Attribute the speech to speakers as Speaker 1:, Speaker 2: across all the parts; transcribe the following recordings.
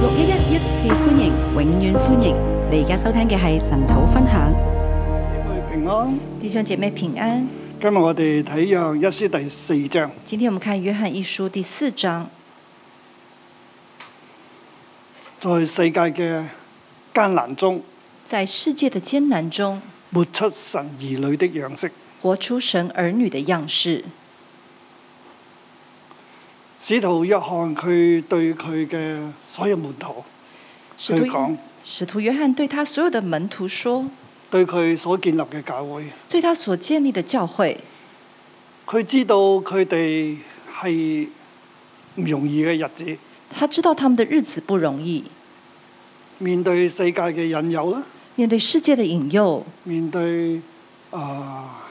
Speaker 1: 六一一一次歡迎，永遠歡迎！你而家收聽嘅係神土分享。
Speaker 2: 姊妹平安，
Speaker 3: 弟兄姐妹平安。
Speaker 2: 今日我哋睇約翰一書第四章，
Speaker 3: 今天我們看約翰一書第四章，
Speaker 2: 在世界嘅艱難中，
Speaker 3: 在世界的艱難中，
Speaker 2: 活出神兒女的樣式，
Speaker 3: 活出神兒女的樣式。
Speaker 2: 使徒約翰佢對佢嘅所有門徒
Speaker 3: 使徒
Speaker 2: 去講，
Speaker 3: 使徒約翰對他所有的門徒說，
Speaker 2: 對佢所建立嘅教會，
Speaker 3: 對他所建立的教會，
Speaker 2: 佢知道佢哋係唔容易嘅日子，
Speaker 3: 他知道他們的日子不容易，
Speaker 2: 面對世界嘅引誘啦，
Speaker 3: 面對世界的引誘，
Speaker 2: 面對啊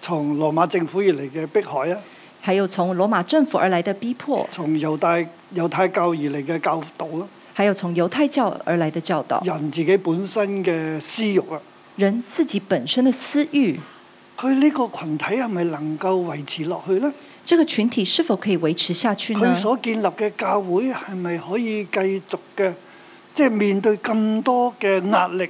Speaker 2: 從羅馬政府而嚟嘅迫害啊，
Speaker 3: 還有從羅馬政府而來的逼迫，
Speaker 2: 從猶太猶太教而嚟嘅教導啦。
Speaker 3: 還有從猶太教而來的教導，
Speaker 2: 人自己本身嘅私欲啊，
Speaker 3: 人自己本身的私欲，
Speaker 2: 佢呢個群體係咪能夠維持落去呢？
Speaker 3: 這個群體是否可以維持下去
Speaker 2: 佢
Speaker 3: 呢？
Speaker 2: 所建立嘅教會係咪可以繼續嘅？即係面對咁多嘅壓力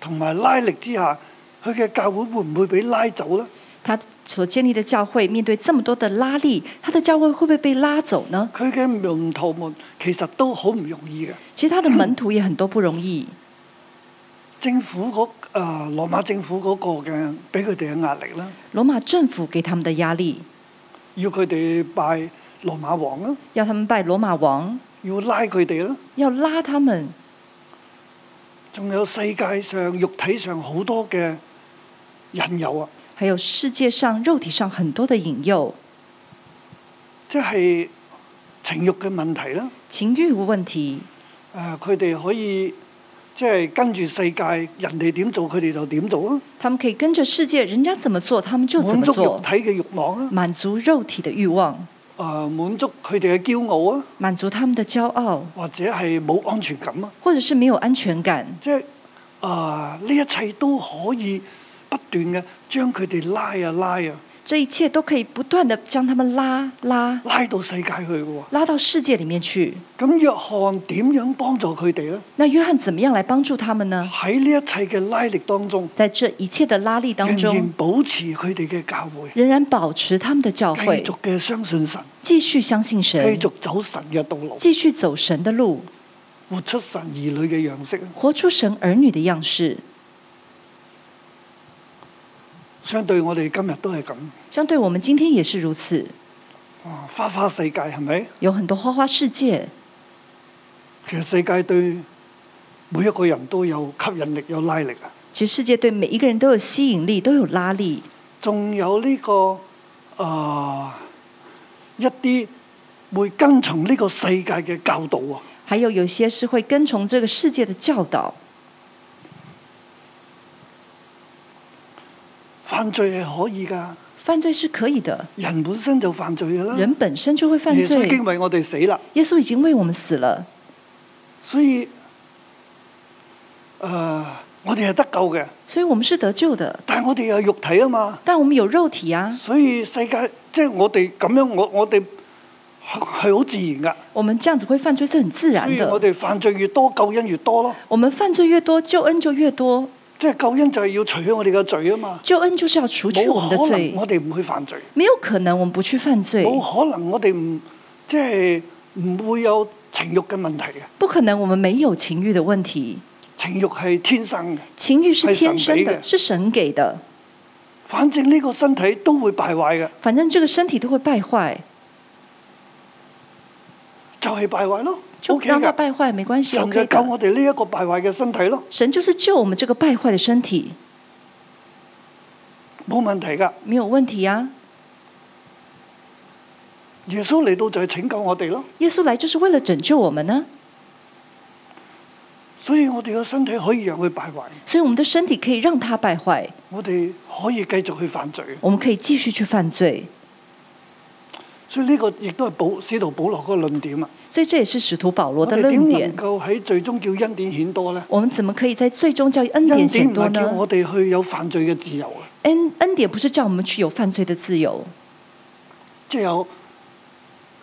Speaker 2: 同埋拉力之下，佢嘅教會會唔會俾拉走呢？
Speaker 3: 他所建立的教會面對這麼多的拉力，他的教會會不會被拉走呢？
Speaker 2: 佢嘅門徒們其實都好唔容易嘅。
Speaker 3: 其實他的門徒也很多不容易，
Speaker 2: 政府嗰啊、羅馬政府嗰個嘅俾佢哋嘅壓力啦，
Speaker 3: 羅馬政府給他們的壓力，
Speaker 2: 要佢哋拜羅馬王啦，
Speaker 3: 要他們拜羅馬王，
Speaker 2: 要拉佢哋啦。
Speaker 3: 要拉他們，
Speaker 2: 仲有世界上肉體上好多嘅引誘啊！
Speaker 3: 還有世界上肉體上很多的引誘，
Speaker 2: 即係情欲嘅問題啦。
Speaker 3: 情欲無問題，
Speaker 2: 誒、佢哋可以即係跟住世界人哋點做，佢哋就點做啊！
Speaker 3: 他們可以跟着世界，人家怎麼做他們就怎
Speaker 2: 滿
Speaker 3: 麼
Speaker 2: 足肉
Speaker 3: 做
Speaker 2: 體，嘅慾望啊！
Speaker 3: 滿足肉體的慾望，
Speaker 2: 誒、滿足佢哋嘅驕傲啊，
Speaker 3: 滿足他們的驕傲，
Speaker 2: 或者係冇安全感啊！
Speaker 3: 或者是沒有安全感，
Speaker 2: 即係誒呢一切都可以不斷嘅將佢哋拉啊拉啊，
Speaker 3: 這一切都可以不斷的將他們拉拉
Speaker 2: 拉到世界去嘅喎。
Speaker 3: 拉到世界裡面去。
Speaker 2: 咁約翰點樣幫助佢哋呢？
Speaker 3: 那約翰怎麼樣來幫助他們呢？
Speaker 2: 喺呢一切嘅拉力當中。
Speaker 3: 在這一切的拉力當
Speaker 2: 仍然
Speaker 3: 中，
Speaker 2: 保持佢哋嘅教會，
Speaker 3: 仍然保持他們的教會
Speaker 2: 繼，續嘅相信神，
Speaker 3: 繼續相信
Speaker 2: 繼
Speaker 3: 神，
Speaker 2: 續走神嘅道路，
Speaker 3: 繼續走神的路，
Speaker 2: 活出神兒女嘅樣式。
Speaker 3: 活出神兒女的樣式。
Speaker 2: 相對我哋今日都係咁，
Speaker 3: 相對我們今天也是如此，
Speaker 2: 哇花花世界係咪？
Speaker 3: 有很多花花世界，
Speaker 2: 其實世界對每一個人都有吸引力，有拉力啊！
Speaker 3: 其實世界對每一個人都有吸引力，都有拉力，
Speaker 2: 仲有呢、個啊、一啲會跟從呢個世界嘅教導啊！
Speaker 3: 還有有些是會跟從這個世界的教導。
Speaker 2: 犯罪係可以㗎，
Speaker 3: 犯罪是可以的，
Speaker 2: 人本身就犯罪㗎啦。
Speaker 3: 人本身就會犯
Speaker 2: 耶穌已
Speaker 3: 罪
Speaker 2: 經。為我哋死啦。
Speaker 3: 耶穌已經為我們死了，
Speaker 2: 所以，誒、呃我哋係得救嘅，
Speaker 3: 所以我們是得救的。
Speaker 2: 但係我哋有肉體啊嘛，
Speaker 3: 但我們有肉體啊，
Speaker 2: 所以世界即係我哋咁樣，我我哋係係好自然噶，
Speaker 3: 我們這樣子會犯罪是很自然
Speaker 2: 所以
Speaker 3: 的
Speaker 2: 我。哋犯罪越多，救恩越多咯。
Speaker 3: 我們犯罪越多，救恩就越多。
Speaker 2: 即係救恩就係要除去我哋嘅罪啊嘛，
Speaker 3: 救恩就是要除去我們的
Speaker 2: 冇可
Speaker 3: 罪
Speaker 2: 能，我哋唔去犯罪，
Speaker 3: 沒有可能我們不去犯罪，
Speaker 2: 冇可能我哋唔即係唔會有情欲嘅問題嘅，
Speaker 3: 不可能我們沒有情欲的問題。
Speaker 2: 情欲係天生嘅，
Speaker 3: 情欲是天
Speaker 2: 是
Speaker 3: 生
Speaker 2: 神給的
Speaker 3: 的，是神給的。
Speaker 2: 反正呢個身體都會敗壞嘅，
Speaker 3: 反正這個身體都會敗壞，
Speaker 2: 就係、敗壞咯
Speaker 3: 就
Speaker 2: ，OK
Speaker 3: 讓它
Speaker 2: 㗎，
Speaker 3: 敗壞沒關係
Speaker 2: 神就
Speaker 3: ，OK
Speaker 2: 救我
Speaker 3: 的。
Speaker 2: 哋呢一個敗壞嘅身體咯。
Speaker 3: 神就是救我們這個敗壞的身體，
Speaker 2: 冇問題㗎，
Speaker 3: 沒有問題啊。
Speaker 2: 耶穌嚟到就係拯救我哋咯，
Speaker 3: 耶穌來就是為了拯救我們呢，
Speaker 2: 所以我哋嘅身體可以讓佢敗壞，
Speaker 3: 所以我們的身體可以讓它敗壞，
Speaker 2: 我哋可以繼續去犯罪。
Speaker 3: 我們可以繼續去犯罪。
Speaker 2: 所以呢個亦都係保使徒保羅嗰個論點啊！
Speaker 3: 所以這也是使徒保羅
Speaker 2: 我
Speaker 3: 的
Speaker 2: 哋
Speaker 3: 論
Speaker 2: 點
Speaker 3: 點
Speaker 2: 能。夠喺最終叫恩典顯多呢？
Speaker 3: 我們怎麼可以在最終叫恩
Speaker 2: 恩
Speaker 3: 典
Speaker 2: 典
Speaker 3: 顯
Speaker 2: 唔
Speaker 3: 多
Speaker 2: 係
Speaker 3: 呢
Speaker 2: 叫？我哋去有犯罪嘅自由啊，
Speaker 3: 恩恩典不是叫我們去有犯罪的自由，
Speaker 2: 即係有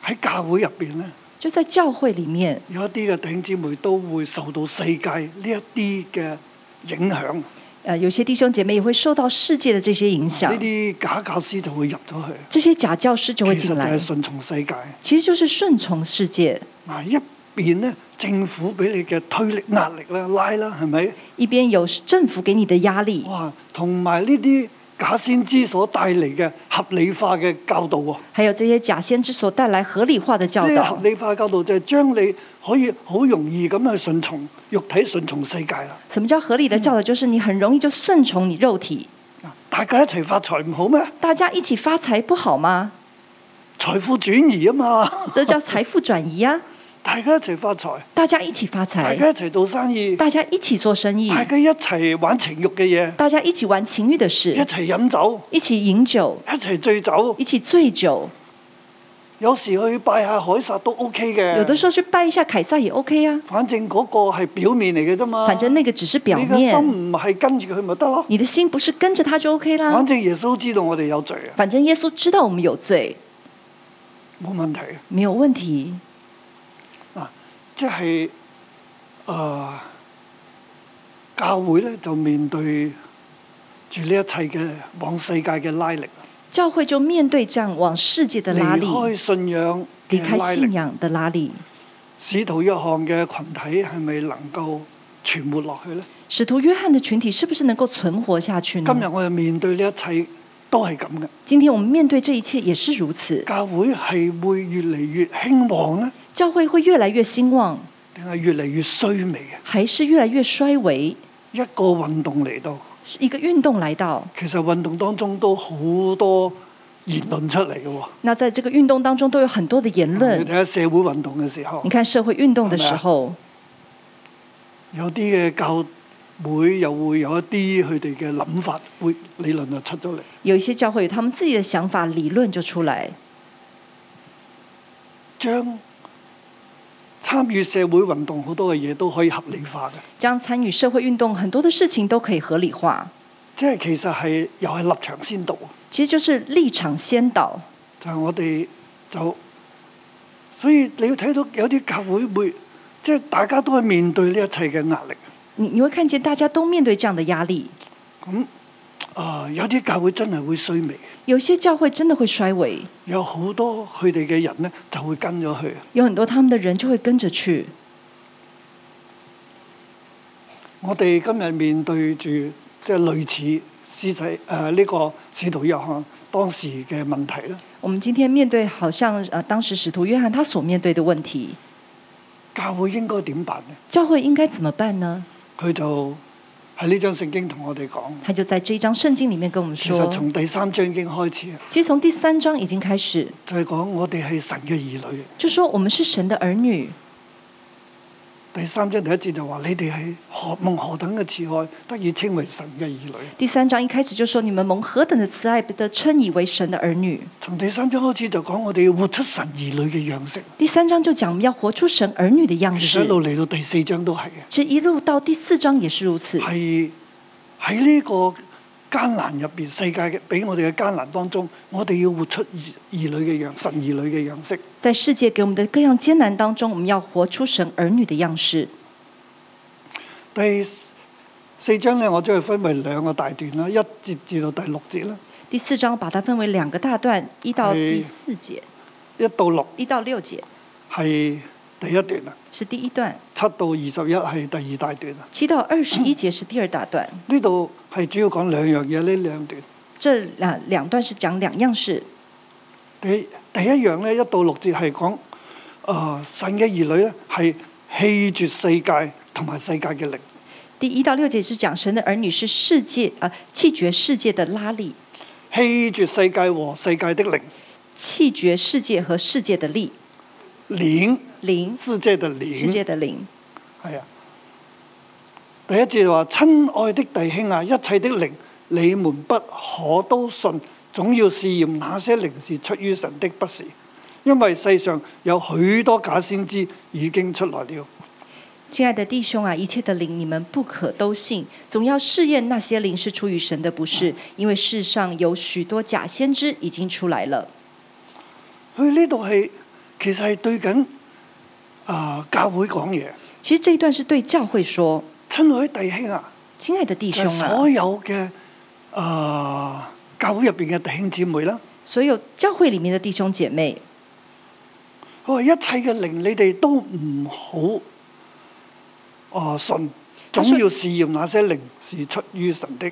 Speaker 2: 喺教會入邊呢，
Speaker 3: 就在教会里面，
Speaker 2: 有一啲嘅弟兄姊妹都會受到世界呢一啲嘅影響，呢
Speaker 3: 呃，有些弟兄姐妹也会受到世界的这些影响，
Speaker 2: 啲假教師就會入咗去，
Speaker 3: 这些假教师就会
Speaker 2: 其實就
Speaker 3: 进
Speaker 2: 係
Speaker 3: 来，
Speaker 2: 順從世界。
Speaker 3: 其实就是顺从世界。
Speaker 2: 嗱，啊一邊咧政府俾你嘅推力壓力啦，拉啦，係咪？
Speaker 3: 一边有政府给你的压力，
Speaker 2: 哇，同埋呢啲假先知所帶嚟嘅合理化嘅教導喎，
Speaker 3: 还有这些假先知所带来合理化的教
Speaker 2: 呢個合
Speaker 3: 导，
Speaker 2: 理化教導就係將你可以好容易咁去順從肉體、順從世界啦。
Speaker 3: 什么叫合理的教导？就是你很容易就顺从你肉体。
Speaker 2: 嗱，啊大家一齊發財唔好咩？
Speaker 3: 大家一起发财不好吗？
Speaker 2: 財富轉移啊嘛，
Speaker 3: 这叫财富转移啊！
Speaker 2: 大家一齊發財，
Speaker 3: 大家一起发
Speaker 2: 大
Speaker 3: 财，
Speaker 2: 家一齊做生意，
Speaker 3: 大家一起做生意，
Speaker 2: 大家一齊玩情慾嘅嘢，
Speaker 3: 大家一起玩情欲的
Speaker 2: 一
Speaker 3: 事，
Speaker 2: 齊飲酒，
Speaker 3: 一起饮酒，
Speaker 2: 一齊醉酒，
Speaker 3: 一起醉酒。
Speaker 2: 有時去拜下海撒都 OK 嘅。
Speaker 3: 有的时候去拜一下凯撒也 OK 啊，
Speaker 2: 反正嗰個係表面嚟嘅啫嘛。
Speaker 3: 反正啊那个只是表
Speaker 2: 你個
Speaker 3: 面，
Speaker 2: 心唔係跟住佢咪得咯。
Speaker 3: 你的心不是跟着他就 OK 啦
Speaker 2: 反。正耶穌知道我哋有罪啊，
Speaker 3: 反正耶稣知道我们有罪，
Speaker 2: 冇問題嘅。
Speaker 3: 没有问题。
Speaker 2: 即係誒、呃教會咧就面對住呢一切嘅往世界嘅拉力，
Speaker 3: 教会就面对这样往世界的拉
Speaker 2: 離
Speaker 3: 力，
Speaker 2: 開信仰
Speaker 3: 离
Speaker 2: 嘅
Speaker 3: 开
Speaker 2: 拉
Speaker 3: 信
Speaker 2: 力。
Speaker 3: 仰的拉力。
Speaker 2: 使徒約翰嘅群體係咪能夠存活落去咧？
Speaker 3: 使徒约翰的群体是不是能够存活下去呢？
Speaker 2: 今日我哋面對呢一切都係咁嘅，
Speaker 3: 今天我们面对这一切也是如此，
Speaker 2: 教會係會越嚟越興旺咧，
Speaker 3: 教会会越来越兴旺，
Speaker 2: 定係越嚟越衰微嘅？
Speaker 3: 还是越来越衰微？
Speaker 2: 一個運動嚟到，
Speaker 3: 是一个运动来到，
Speaker 2: 其實運動當中都好多言論出嚟嘅喎。
Speaker 3: 那在这个运动当中都有很多的言
Speaker 2: 你
Speaker 3: 论
Speaker 2: 睇。下社會運動嘅時候
Speaker 3: 你，看社会运动的时候，
Speaker 2: 有啲嘅教會又會有一啲佢哋嘅諗法，會理論就出咗嚟。
Speaker 3: 有一些教会有他们自己的想法、理论就出来，
Speaker 2: 將參與社會運動好多嘅嘢都可以合理化嘅，
Speaker 3: 将参与社会运动很多的事情都可以合理化，
Speaker 2: 即係其實係又係立場先導，
Speaker 3: 其实就是立场先导。
Speaker 2: 就係、我哋就，所以你要睇到有啲教會會即係大家都係面對呢一切嘅壓力。
Speaker 3: 你你会看见大家都面对这样的压力，
Speaker 2: 咁啊、有啲教會真係會衰微，
Speaker 3: 有些教会真的会衰微，
Speaker 2: 有好多佢哋嘅人咧就會跟咗去。
Speaker 3: 有很多他们的人就会跟着去。
Speaker 2: 我哋今日面對住即係類似施洗誒呢個使徒約翰當時嘅問題咧，
Speaker 3: 我们今天面对好像呃，当时使徒约翰他所面对的问题，
Speaker 2: 教會應該點辦咧？
Speaker 3: 教会应该怎么办呢？
Speaker 2: 佢就喺呢章聖經同我哋講，
Speaker 3: 他就在这一章圣经里面跟我们
Speaker 2: 其實
Speaker 3: 说，
Speaker 2: 從第三章已經開始，啊
Speaker 3: 其实从第三章已经开始，
Speaker 2: 就係、講我哋係神嘅兒女。
Speaker 3: 就说我们是神的儿女。
Speaker 2: 第三章第一節就話：你哋係何蒙何等嘅慈愛，得以稱為神嘅兒女。
Speaker 3: 第三章一开始就说你们蒙何等的慈爱，不得称以为神的儿女。
Speaker 2: 從第三章開始就講我哋要活出神兒女嘅樣式，
Speaker 3: 第三章就讲我们要活出神儿女的样
Speaker 2: 其實一
Speaker 3: 式，
Speaker 2: 路嚟到第四章都係嘅。
Speaker 3: 其实一路到第四章也是如此。
Speaker 2: 係喺呢個艱難入邊，世界嘅俾我哋嘅艱難當中，我哋要活出兒兒女嘅樣，神兒女嘅樣式。
Speaker 3: 在世界给我们的各样艰难当中，我们要活出神儿女的样式。
Speaker 2: 第四章咧，我將佢分為兩個大段啦，一節至到第六節啦，
Speaker 3: 第四章把它分为两个大段，一到
Speaker 2: 诶
Speaker 3: 第四节，
Speaker 2: 一到六
Speaker 3: 一到六节
Speaker 2: 係第一段啦，
Speaker 3: 是第一段，
Speaker 2: 七到二十一係第二大段啦。
Speaker 3: 七到二十一节是第二大段。
Speaker 2: 呢度係主要講兩樣嘢，呢兩段。
Speaker 3: 这两两段是讲两样事。
Speaker 2: 第第一樣咧，一到六節係講，啊神嘅兒女咧係棄絕世界同埋世界嘅力。
Speaker 3: 第一到六节是讲神的儿女是世界呃弃绝世界的拉力，
Speaker 2: 棄絕世界和世界的靈，
Speaker 3: 弃绝世界和世界的力，
Speaker 2: 靈
Speaker 3: 灵
Speaker 2: 世界的
Speaker 3: 世界
Speaker 2: 靈，
Speaker 3: 的灵。
Speaker 2: 係啊。第一節話：親愛的弟兄啊，一切的靈，你們不可都信，總要試驗那些靈是出於神的，不是。因為世上有許多假先知已經出來了。
Speaker 3: 亲爱的弟兄啊，一切的灵你们不可都信，总要试验那些灵是出于神的，不是，因为世上有许多假先知已经出来了。
Speaker 2: 佢呢度係其實係對緊啊教會講嘢。
Speaker 3: 其实这一段是对教会说：
Speaker 2: 親愛弟兄啊，
Speaker 3: 亲爱的弟
Speaker 2: 就
Speaker 3: 兄
Speaker 2: 係所
Speaker 3: 啊，
Speaker 2: 有嘅啊教會入邊嘅弟兄姊妹啦，
Speaker 3: 所有教会里面的弟兄姐妹，
Speaker 2: 佢話一切嘅靈你哋都唔好啊信，
Speaker 3: 他
Speaker 2: 總
Speaker 3: 說
Speaker 2: 要試驗那些靈是出於神的。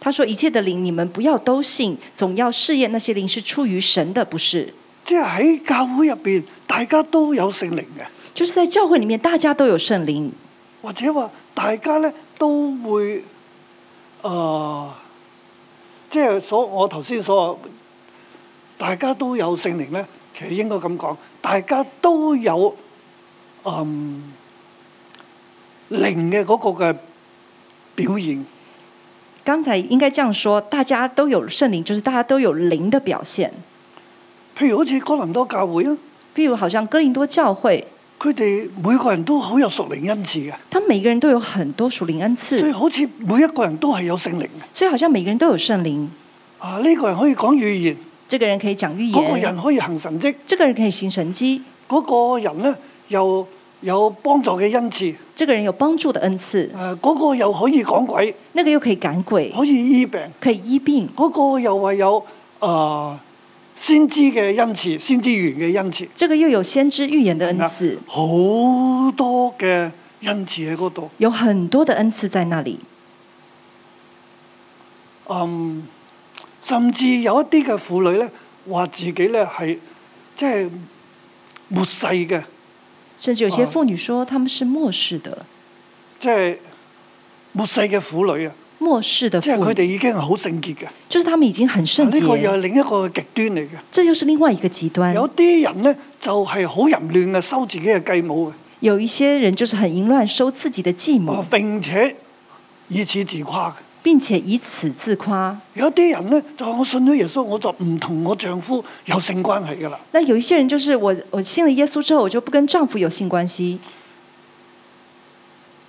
Speaker 3: 他说：“一切的灵，你们不要都信，总要试验那些灵是出于神的，不是？
Speaker 2: 即係喺教會入邊，大家都有聖靈嘅，
Speaker 3: 就是在教会里面，大家都有圣灵，
Speaker 2: 或者話大家咧都會啊、即係所我頭先所話，大家都有聖靈咧，其實應該咁講，大家都有嗯靈嘅嗰個嘅表現。
Speaker 3: 刚才应该这样说，大家都有圣灵，就是大家都有灵的表现。
Speaker 2: 譬如好似哥林多教會啊，
Speaker 3: 譬如好像哥林多教会，
Speaker 2: 佢哋每個人都好有屬靈恩賜嘅，
Speaker 3: 他们每个人都有很多属灵恩
Speaker 2: 所以
Speaker 3: 赐，
Speaker 2: 好似每一個人都係有聖靈嘅。
Speaker 3: 所以好像每个人都有圣灵。
Speaker 2: 啊！呢、個人可以講語言，
Speaker 3: 这个人可以讲预
Speaker 2: 嗰、個
Speaker 3: 言，
Speaker 2: 人可以行神蹟，
Speaker 3: 这个人可以行神迹，
Speaker 2: 嗰、個人咧又有幫助嘅恩賜，誒、呃
Speaker 3: 这个人有帮助的恩赐，
Speaker 2: 嗰、個又可以講鬼，
Speaker 3: 那个又可以赶鬼，
Speaker 2: 可以醫病，
Speaker 3: 可以医病，
Speaker 2: 嗰、個又話有啊、先知嘅恩賜，先知員嘅恩賜，
Speaker 3: 这个又有先知预言的恩赐，
Speaker 2: 好多嘅恩賜喺嗰度。
Speaker 3: 有很多的恩赐在那里。
Speaker 2: 嗯，甚至有一啲嘅婦女咧話自己咧係即係末世嘅，
Speaker 3: 甚至有些
Speaker 2: 哦
Speaker 3: 妇女说他们是末世的，
Speaker 2: 即係末世嘅婦女啊，
Speaker 3: 末世的
Speaker 2: 即係
Speaker 3: 妇
Speaker 2: 佢哋
Speaker 3: 女，
Speaker 2: 已經係好聖潔嘅。啊
Speaker 3: 就是他们已经很圣
Speaker 2: 呢個又係
Speaker 3: 洁。
Speaker 2: 另一個極端嚟嘅。
Speaker 3: 这又是另外一个极端。
Speaker 2: 有啲人呢，就係好淫亂嘅，收自己嘅繼母嘅，
Speaker 3: 有一些人就是很淫乱，收自己的计
Speaker 2: 哦
Speaker 3: 谋，
Speaker 2: 並且以此自誇嘅。
Speaker 3: 并且以此自夸。
Speaker 2: 有啲人呢，就話我信咗耶穌，我就唔同我丈夫有性關係㗎啦。
Speaker 3: 那有一些人就是我，我信了耶穌之后，我就不跟丈夫有性关系。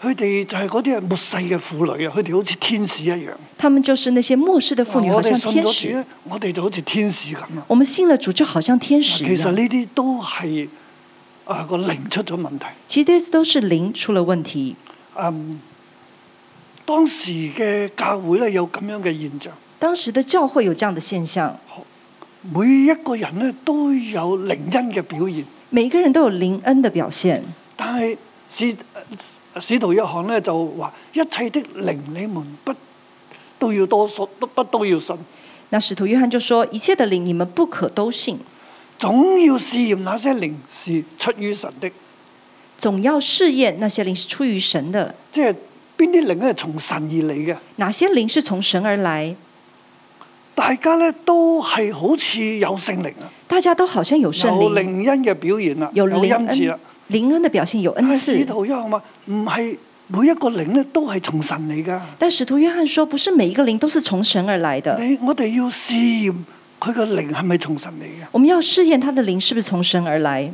Speaker 2: 佢哋就係嗰啲係末世嘅婦女啊，佢哋好似天使一樣。
Speaker 3: 他们就是那些末世的妇女，
Speaker 2: 我
Speaker 3: 好
Speaker 2: 哋
Speaker 3: 像
Speaker 2: 信
Speaker 3: 天
Speaker 2: 咗主
Speaker 3: 使。
Speaker 2: 咧，我哋就好似天使咁啊。
Speaker 3: 我们信了主，就好像天使一
Speaker 2: 其實
Speaker 3: 样。
Speaker 2: 呢啲都係啊個靈出咗問題。
Speaker 3: 其实这都是灵出了问题。
Speaker 2: 嗯，當時嘅教會咧有咁樣嘅現象。
Speaker 3: 当时的教会有这样的现象，
Speaker 2: 每一個人咧都有靈恩嘅表現，
Speaker 3: 每一个人都有灵恩的表现。
Speaker 2: 但係使呃使徒約翰咧就話：一切的靈你們不都要多信，不不都要信，
Speaker 3: 那使徒约翰就说：“一切的灵，你们不可都信，
Speaker 2: 總要試驗那些靈是出於神的，
Speaker 3: 总要试验那些灵是出于神的，
Speaker 2: 即係邊啲靈咧從神而嚟嘅。
Speaker 3: 哪些灵是从神而来。
Speaker 2: 大家咧都係好似有聖靈啊，
Speaker 3: 大家都好像有圣
Speaker 2: 有
Speaker 3: 灵，
Speaker 2: 靈恩嘅表現啊啦，有
Speaker 3: 有灵
Speaker 2: 恩賜啦
Speaker 3: 恩。，灵啊哎恩的表现有
Speaker 2: 但
Speaker 3: 恩
Speaker 2: 係
Speaker 3: 赐
Speaker 2: 使。徒約翰話：唔係每一個靈咧都係從神嚟㗎。
Speaker 3: 但使徒约翰说，不是每一个灵都是从神而来的。
Speaker 2: 你我哋要試驗佢個靈係咪從神嚟嘅？
Speaker 3: 我们要试验他的灵是不是从神而来，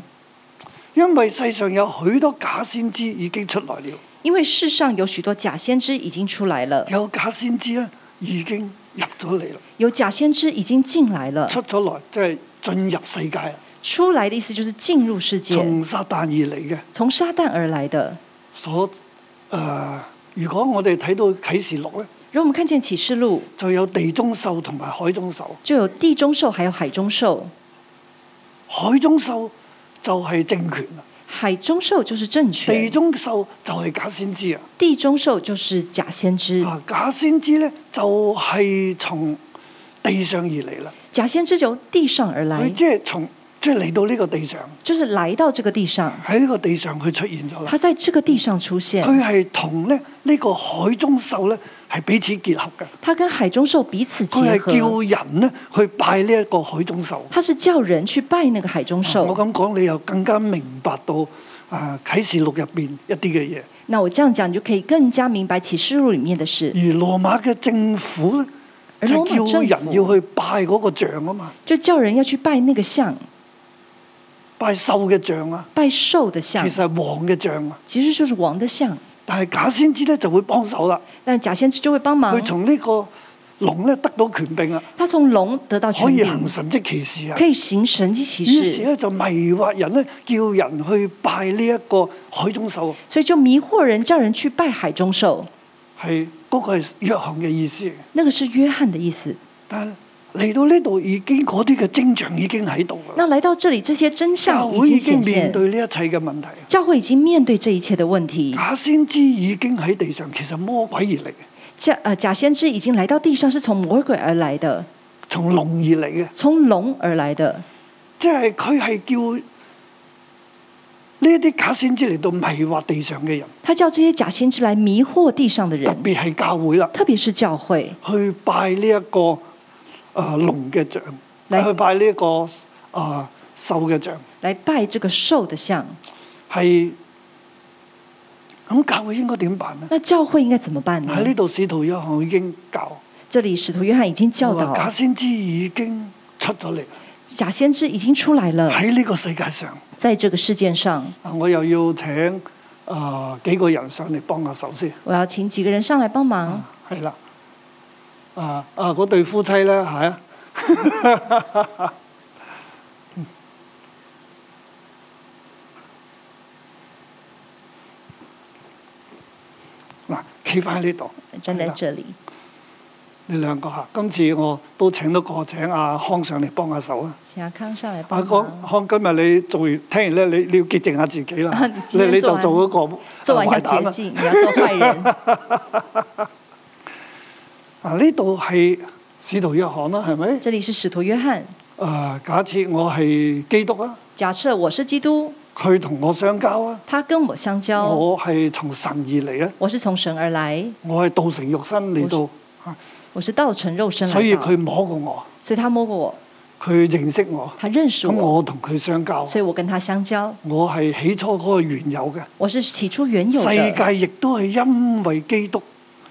Speaker 2: 因為世上有許多假先知已經出來了，
Speaker 3: 因为世上有许多假先知已经出来了，
Speaker 2: 有假先知咧已經入咗嚟啦，
Speaker 3: 有假先知已经进来了。
Speaker 2: 出咗來即係進入世界啦，
Speaker 3: 出来的意思就是进入世界，
Speaker 2: 從撒旦而嚟嘅。
Speaker 3: 从撒旦而来的。
Speaker 2: 所誒、呃如果我哋睇到啟示錄咧，
Speaker 3: 如果我们看见启示录，
Speaker 2: 就有地中獸同埋海中獸。
Speaker 3: 就有地中兽，还有海中兽。
Speaker 2: 海中獸就係政權啦，
Speaker 3: 海中兽就是政
Speaker 2: 地
Speaker 3: 权，
Speaker 2: 中獸就係假先知啊！
Speaker 3: 地中兽就是假先知。
Speaker 2: 啊，假先知咧就係、從地上而嚟啦。
Speaker 3: 假先知由地上而来
Speaker 2: 佢，即係從即係嚟到呢個地上，
Speaker 3: 就是来到这个地上，
Speaker 2: 喺呢個地上佢出現咗啦
Speaker 3: 他。在这个地上出现，
Speaker 2: 佢係同咧呢個海中獸咧係彼此結合嘅。
Speaker 3: 他跟海中兽彼此结
Speaker 2: 佢
Speaker 3: 合，
Speaker 2: 係叫人咧去拜呢一個海中獸。
Speaker 3: 他是叫人去拜那个海中
Speaker 2: 我
Speaker 3: 兽。
Speaker 2: 咁講，你又更加明白到啊啟示錄入邊一啲嘅嘢。
Speaker 3: 那我这样讲，你就可以更加明白启示录里面的事，
Speaker 2: 而羅馬嘅政府咧
Speaker 3: 而
Speaker 2: 就
Speaker 3: 羅馬
Speaker 2: 叫
Speaker 3: 政府
Speaker 2: 人要去拜嗰個像啊嘛，
Speaker 3: 就叫人要去拜那个像，
Speaker 2: 拜獸嘅像啊，
Speaker 3: 拜兽的
Speaker 2: 其
Speaker 3: 像
Speaker 2: 實，係王嘅像啊。
Speaker 3: 其实就是王的像。
Speaker 2: 但係假先知咧就會幫手啦，
Speaker 3: 但假先知就会帮忙
Speaker 2: 佢，從呢個龍咧得到權柄啊，
Speaker 3: 他从龙得到
Speaker 2: 可
Speaker 3: 权
Speaker 2: 以
Speaker 3: 柄
Speaker 2: 行，神蹟奇事啊
Speaker 3: 可。以行神迹奇
Speaker 2: 於是
Speaker 3: 事，
Speaker 2: 咧就迷惑人咧，叫人去拜呢一個海中獸啊，
Speaker 3: 所以就迷惑人，叫人去拜海中兽。
Speaker 2: 係嗰、個係約翰嘅意思。
Speaker 3: 那个是约翰的意思。
Speaker 2: 但係嚟到呢度已經嗰啲嘅徵象已經喺度啦，
Speaker 3: 那来到这里，这些真
Speaker 2: 教
Speaker 3: 相
Speaker 2: 會
Speaker 3: 已
Speaker 2: 已
Speaker 3: 经显
Speaker 2: 經面
Speaker 3: 现，
Speaker 2: 對呢一切嘅問題。
Speaker 3: 教会已经面对这一切的问题。
Speaker 2: 假先知已經喺地上，其實魔鬼而嚟嘅，
Speaker 3: 假呃假先知已经来到地上，是从魔鬼而来的，
Speaker 2: 從龍而嚟嘅，
Speaker 3: 从龙而来的。
Speaker 2: 即係佢係叫呢一啲假先知嚟到迷惑地上嘅人，
Speaker 3: 他叫这些假先知来迷惑地上的
Speaker 2: 特
Speaker 3: 人，
Speaker 2: 別係教會啦，
Speaker 3: 特别是教会，
Speaker 2: 去拜呢、一個誒、呃、龍嘅像，
Speaker 3: 嚟
Speaker 2: 去拜呢、一個誒、呃、獸嘅像，
Speaker 3: 来拜这个兽的像。
Speaker 2: 係咁教會應該點辦呢？
Speaker 3: 那教会應該怎么辦呢
Speaker 2: 喺？呢度使徒約翰已經教，
Speaker 3: 这里使徒约翰已經教
Speaker 2: 佢話假
Speaker 3: 導
Speaker 2: 先知已經出咗嚟
Speaker 3: 假先知已經出來了，
Speaker 2: 喺呢個世界上。
Speaker 3: 在這個世界上，
Speaker 2: 啊，我又要請啊、幾個人上嚟幫下手先，
Speaker 3: 我要請幾個人上來幫忙。
Speaker 2: 係啦。啊啊，嗰對夫妻咧，係啊。嗱，企翻喺呢度，
Speaker 3: 站
Speaker 2: 係
Speaker 3: 在
Speaker 2: 啦
Speaker 3: 這裡，
Speaker 2: 你兩個嚇。今次我都請到個請阿康上嚟幫下手啊。
Speaker 3: 請阿康上來
Speaker 2: 阿
Speaker 3: 幫
Speaker 2: 康
Speaker 3: 忙。。
Speaker 2: 康，今日你做完聽完咧，你你要潔淨下自己啦
Speaker 3: 今
Speaker 2: 你
Speaker 3: 天
Speaker 2: 你
Speaker 3: 做
Speaker 2: 就
Speaker 3: 完
Speaker 2: 做嗰個
Speaker 3: 做完
Speaker 2: 啊
Speaker 3: 要
Speaker 2: 壞蛋
Speaker 3: 潔
Speaker 2: 啦
Speaker 3: 淨，你要做壞人。
Speaker 2: 嗱，啊呢度係使徒約翰啦，係咪？
Speaker 3: 這裡是使徒約翰。
Speaker 2: 啊，假設我係基督啊，
Speaker 3: 假設我是基督，
Speaker 2: 佢同我相交啊，
Speaker 3: 他跟我相交，
Speaker 2: 我係從神而嚟啊，
Speaker 3: 我是從神而來，
Speaker 2: 我係道成肉身嚟到，
Speaker 3: 我是道成肉身來
Speaker 2: 所以
Speaker 3: 的。
Speaker 2: 佢摸過我，
Speaker 3: 所以他摸過我，
Speaker 2: 佢認識我，
Speaker 3: 他認識
Speaker 2: 咁
Speaker 3: 我，
Speaker 2: 我同佢相交，
Speaker 3: 所以我跟他相交。
Speaker 2: 我係起初嗰個原有嘅
Speaker 3: 我是起初原有
Speaker 2: 世
Speaker 3: 的，
Speaker 2: 界，亦都係因為基督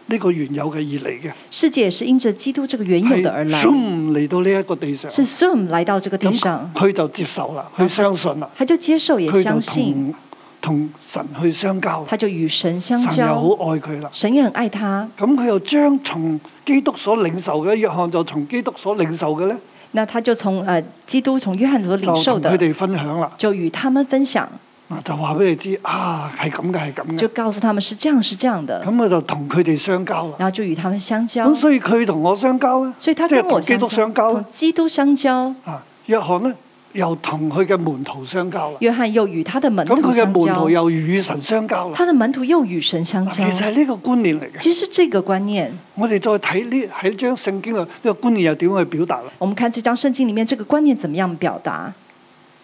Speaker 2: 呢個原有嘅而嚟嘅，
Speaker 3: 世界也是因着基督這個原有的而
Speaker 2: 係
Speaker 3: 來。
Speaker 2: zoom 嚟到呢一個地上，
Speaker 3: 是 Zoom 来到这个地
Speaker 2: 咁
Speaker 3: 上，
Speaker 2: 佢就接受啦，佢相信啦，
Speaker 3: 他就接受也
Speaker 2: 佢
Speaker 3: 相
Speaker 2: 就
Speaker 3: 信，
Speaker 2: 同同神去相交啦。
Speaker 3: 他就与神相
Speaker 2: 神又
Speaker 3: 交，
Speaker 2: 好愛佢啦。
Speaker 3: 神也很愛他。
Speaker 2: 咁佢又將從基督所領受嘅，約翰就從基督所領受嘅咧，
Speaker 3: 那他就從呃基督從約翰所
Speaker 2: 就
Speaker 3: 領受
Speaker 2: 同佢
Speaker 3: 的，
Speaker 2: 哋分享啦。
Speaker 3: 就與他們分享，
Speaker 2: 嗱，就話俾你知啊，係咁嘅，係咁
Speaker 3: 就
Speaker 2: 嘅。
Speaker 3: 告訴他們是這樣是這樣的，
Speaker 2: 咁我就同佢哋相交啦。
Speaker 3: 然後就與他們嗯相交
Speaker 2: 咁。所以佢同我相交咧，
Speaker 3: 所以他
Speaker 2: 即
Speaker 3: 跟
Speaker 2: 係
Speaker 3: 我
Speaker 2: 同基
Speaker 3: 相
Speaker 2: 督
Speaker 3: 交，
Speaker 2: 相交啊啦
Speaker 3: 同。基督相交，
Speaker 2: 啊，約翰咧又同佢嘅門徒相交啦。
Speaker 3: 約翰又與他的門
Speaker 2: 咁
Speaker 3: 徒
Speaker 2: 佢嘅
Speaker 3: 相
Speaker 2: 門
Speaker 3: 交
Speaker 2: 徒，又與神相交啦。
Speaker 3: 他的門徒又與神相
Speaker 2: 嗱
Speaker 3: 交
Speaker 2: 其。實係呢個觀念嚟嘅。
Speaker 3: 其實這個觀念，
Speaker 2: 我哋再睇呢喺張聖經嘅呢個觀念又點去表達啦？
Speaker 3: 我們看這張聖經裡面這個觀念怎麼樣表達？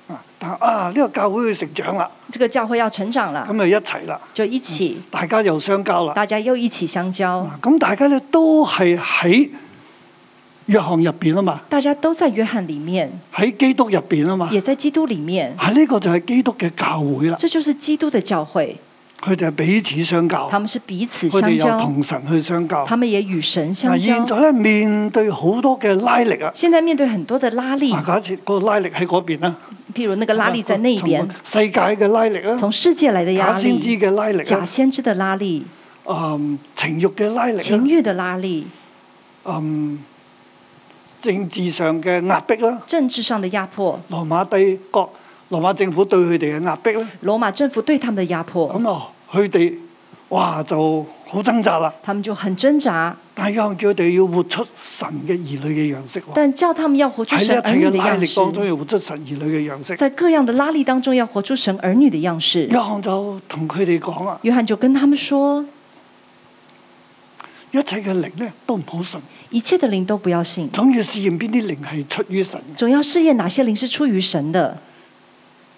Speaker 2: 啊，但啊呢個教會要成長啦，
Speaker 3: 這個教會要成長了
Speaker 2: 咁，咪一齊啦，
Speaker 3: 就一起，
Speaker 2: 大家又相交啦。
Speaker 3: 大家又一起相交。
Speaker 2: 嗱，咁大家咧都係喺約翰入邊啊嘛，
Speaker 3: 大家都在約翰里面，
Speaker 2: 喺基督入邊啊嘛，
Speaker 3: 也在基督里面，
Speaker 2: 啊呢個就係基督嘅教會啦，
Speaker 3: 這就是基督的教會。
Speaker 2: 佢哋係彼此相交，
Speaker 3: 他
Speaker 2: 佢
Speaker 3: 們是彼此
Speaker 2: 哋
Speaker 3: 相
Speaker 2: 又
Speaker 3: 交，
Speaker 2: 同神去相交。
Speaker 3: 他們也與神相
Speaker 2: 嗱，現
Speaker 3: 交。
Speaker 2: 在咧面對好多嘅拉力啊，
Speaker 3: 現在面對很多的拉力，
Speaker 2: 嗱，假設個拉力喺嗰邊啦，
Speaker 3: 譬如那嗯個拉力在那一邊
Speaker 2: 從，世界嘅拉力啦，
Speaker 3: 從世界來的
Speaker 2: 假
Speaker 3: 壓
Speaker 2: 先知
Speaker 3: 力、
Speaker 2: 嘅拉力
Speaker 3: 假
Speaker 2: 啦，
Speaker 3: 先知的拉力、
Speaker 2: 嗯，情慾嘅拉力
Speaker 3: 情
Speaker 2: 啦，
Speaker 3: 欲的拉力、
Speaker 2: 嗯，政治上嘅壓迫啦，
Speaker 3: 政治上的壓迫、
Speaker 2: 羅馬帝國、羅馬政府對佢哋嘅壓迫啦。
Speaker 3: 羅馬政府對他們的壓迫，
Speaker 2: 咁啊，佢哋哇就好掙扎啦。
Speaker 3: 他們就很掙扎。
Speaker 2: 但係約翰叫佢哋要活出神嘅兒女嘅樣式喎，
Speaker 3: 但叫他們要活出
Speaker 2: 喺
Speaker 3: 神嗯
Speaker 2: 呢
Speaker 3: 兒
Speaker 2: 一切
Speaker 3: 女
Speaker 2: 嘅
Speaker 3: 的
Speaker 2: 拉力當中
Speaker 3: 樣式，
Speaker 2: 要活出神兒女嘅樣式。
Speaker 3: 在各樣的拉力當中要活出神兒女的樣式
Speaker 2: 約。翰就同佢哋講啊，
Speaker 3: 約翰就跟他們說：
Speaker 2: 一切嘅靈咧都唔好信，
Speaker 3: 一切的靈都不要信。
Speaker 2: 總要試驗邊啲靈係出於神嘅。
Speaker 3: 总要试验哪些灵是出于神的，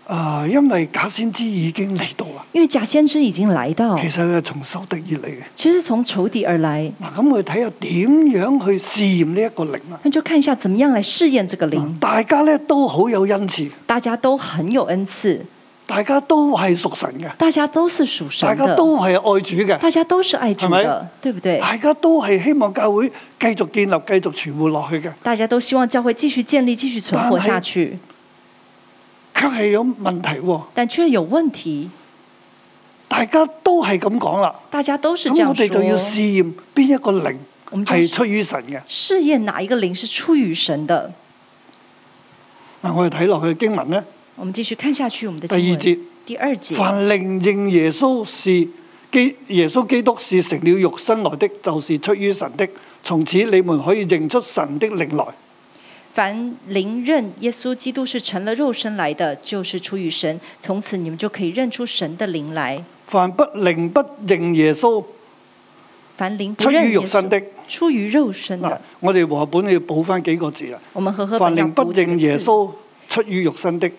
Speaker 2: 啊、因為假先知已經嚟到啦，
Speaker 3: 因为假先知已经来到，
Speaker 2: 其實係從仇敵而嚟嘅。
Speaker 3: 其实从仇敌而来。
Speaker 2: 嗱，咁我哋睇下點樣去試驗呢一個靈啦。
Speaker 3: 那就看一下怎么样来试验这个灵。
Speaker 2: 大家咧都好有恩賜，
Speaker 3: 大家都很有恩赐，
Speaker 2: 大家都係屬神嘅，
Speaker 3: 大家都是属
Speaker 2: 大
Speaker 3: 神啊
Speaker 2: 家
Speaker 3: 的，
Speaker 2: 都哎係愛主嘅。
Speaker 3: 大家都是爱主
Speaker 2: 係
Speaker 3: 的，对不对？
Speaker 2: 大家都係希望教會繼續建立、繼續存活落去嘅，
Speaker 3: 大家都希望教会继续建立、继续存活下去，
Speaker 2: 哎卻係有問題喎。
Speaker 3: 但却有问题。
Speaker 2: 大家都係咁講啦，
Speaker 3: 大家都是这
Speaker 2: 咁我
Speaker 3: 样
Speaker 2: 哋就要
Speaker 3: 说，
Speaker 2: 試驗邊一個靈
Speaker 3: 我們就
Speaker 2: 係出於神嘅。
Speaker 3: 试验哪一个灵是出于神的。
Speaker 2: 嗱，我哋睇落去經文咧，
Speaker 3: 我们继续看下去，我们的
Speaker 2: 第二
Speaker 3: 经文
Speaker 2: 節，
Speaker 3: 第二节，
Speaker 2: 凡靈認耶穌是基耶穌基督是成了肉身來的，就是出於神的。從此你們可以認出神的靈來。
Speaker 3: 凡灵认耶稣基督是成了肉身来的，就是出于神。从此你们就可以认出神的灵来。
Speaker 2: 凡不靈不認耶穌，
Speaker 3: 凡灵不
Speaker 2: 出
Speaker 3: 认
Speaker 2: 於
Speaker 3: 耶
Speaker 2: 肉身
Speaker 3: 稣，
Speaker 2: 的。
Speaker 3: 出於肉身
Speaker 2: 嗱
Speaker 3: 的。，
Speaker 2: 我哋和合本要補翻幾個字啦。
Speaker 3: 我们和合
Speaker 2: 啊凡
Speaker 3: 本要
Speaker 2: 靈不
Speaker 3: 读几
Speaker 2: 認
Speaker 3: 个
Speaker 2: 耶
Speaker 3: 字
Speaker 2: 穌，出於肉身的，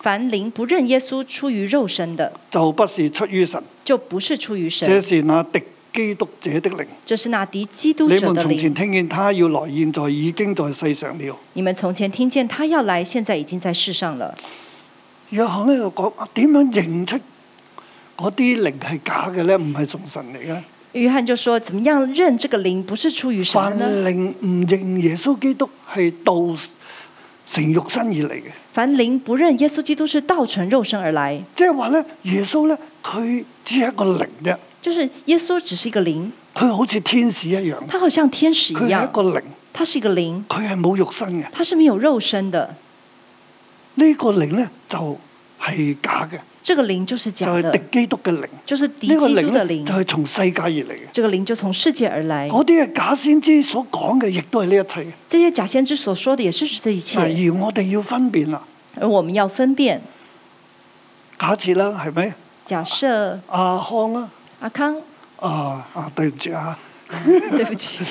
Speaker 3: 凡灵不认耶稣出于肉身的，
Speaker 2: 就不是出於神。
Speaker 3: 就不是出于
Speaker 2: 這
Speaker 3: 神，
Speaker 2: 是那敵基督者的靈。
Speaker 3: 这是那敌基督
Speaker 2: 你
Speaker 3: 者
Speaker 2: 們
Speaker 3: 的
Speaker 2: 從前
Speaker 3: 灵。
Speaker 2: 聽見他要來，現在已經在世上了。
Speaker 3: 你们从前听见他要来，现在已经在世上了。
Speaker 2: 約翰呢度講啊點樣認出嗰啲靈係假嘅咧？唔係從神嚟嘅呢。
Speaker 3: 约翰就说：怎么样认这个灵不是出于神
Speaker 2: 凡
Speaker 3: 的呢？
Speaker 2: 靈唔認耶穌基督係道成肉身而嚟嘅，
Speaker 3: 凡灵不认耶稣基督是道成肉身而来，
Speaker 2: 即係話咧，耶穌咧佢只係一個靈啫，
Speaker 3: 就是耶稣只是一个灵，
Speaker 2: 佢好似天使一樣，
Speaker 3: 他好像天使
Speaker 2: 佢
Speaker 3: 一
Speaker 2: 係一
Speaker 3: 样，
Speaker 2: 個靈，
Speaker 3: 他是一个灵，
Speaker 2: 佢係冇肉身嘅。
Speaker 3: 他是没有肉身的。
Speaker 2: 呢、個靈咧就係假嘅，
Speaker 3: 这个灵就是
Speaker 2: 就
Speaker 3: 假
Speaker 2: 係
Speaker 3: 的，
Speaker 2: 敵基督嘅靈。
Speaker 3: 就是敌
Speaker 2: 呢個
Speaker 3: 基督的
Speaker 2: 靈咧
Speaker 3: 灵
Speaker 2: 就。係從世界而嚟嘅。
Speaker 3: 这个灵就从世界而来。
Speaker 2: 嗰啲嘅假先知所講嘅，亦都係呢一切。
Speaker 3: 这些假先知所说的也是这一
Speaker 2: 嗱，
Speaker 3: 切，
Speaker 2: 而我哋要分辨啦。
Speaker 3: 而我们要分辨。
Speaker 2: 假設啦，係咪？
Speaker 3: 假设
Speaker 2: 阿康啦，
Speaker 3: 阿 康，
Speaker 2: 啊啊，對唔住啊，
Speaker 3: 对不起，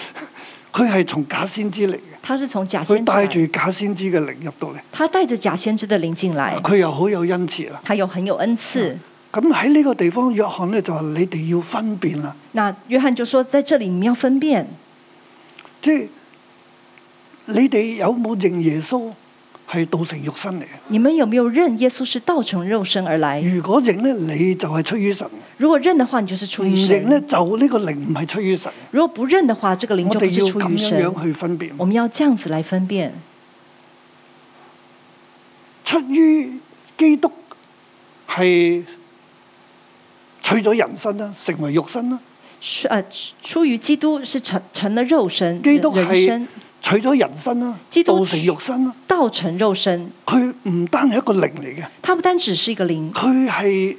Speaker 2: 佢係從假先知嚟嘅，
Speaker 3: 他是从假
Speaker 2: 佢
Speaker 3: 先知
Speaker 2: 帶
Speaker 3: 来，
Speaker 2: 住假先知嘅靈入到嚟，
Speaker 3: 他带着假先知的灵进来，
Speaker 2: 佢又好有恩慈啦。
Speaker 3: 他有很有恩赐。
Speaker 2: 咁喺呢個地方，約翰咧就話：你哋要分辨啦，
Speaker 3: 那约翰就说，在这里你们要分辨，
Speaker 2: 即係你哋有冇認耶穌係道成肉身嚟嘅？
Speaker 3: 你们有没有认耶稣是道成肉身而来？
Speaker 2: 如果認咧，你就係出於神；
Speaker 3: 如果认的话，你就是
Speaker 2: 唔
Speaker 3: 出于
Speaker 2: 認
Speaker 3: 神；
Speaker 2: 咧，就呢個靈唔係出於神。
Speaker 3: 如果不认的话，这个灵
Speaker 2: 我
Speaker 3: 就
Speaker 2: 哋
Speaker 3: 不
Speaker 2: 要
Speaker 3: 是出
Speaker 2: 咁
Speaker 3: 于
Speaker 2: 樣
Speaker 3: 神。
Speaker 2: 樣去分辨。
Speaker 3: 我们要这样子来分辨，
Speaker 2: 出於基督係取咗人身啦，成為肉身啦。
Speaker 3: 是呃，出于基督是成成了肉身，
Speaker 2: 基督
Speaker 3: 人
Speaker 2: 係
Speaker 3: 生
Speaker 2: 取咗人身啦，
Speaker 3: 基督
Speaker 2: 道成肉身啦。
Speaker 3: 道成肉身，
Speaker 2: 佢唔單係一個靈嚟嘅，
Speaker 3: 他不单只是一个灵，
Speaker 2: 佢係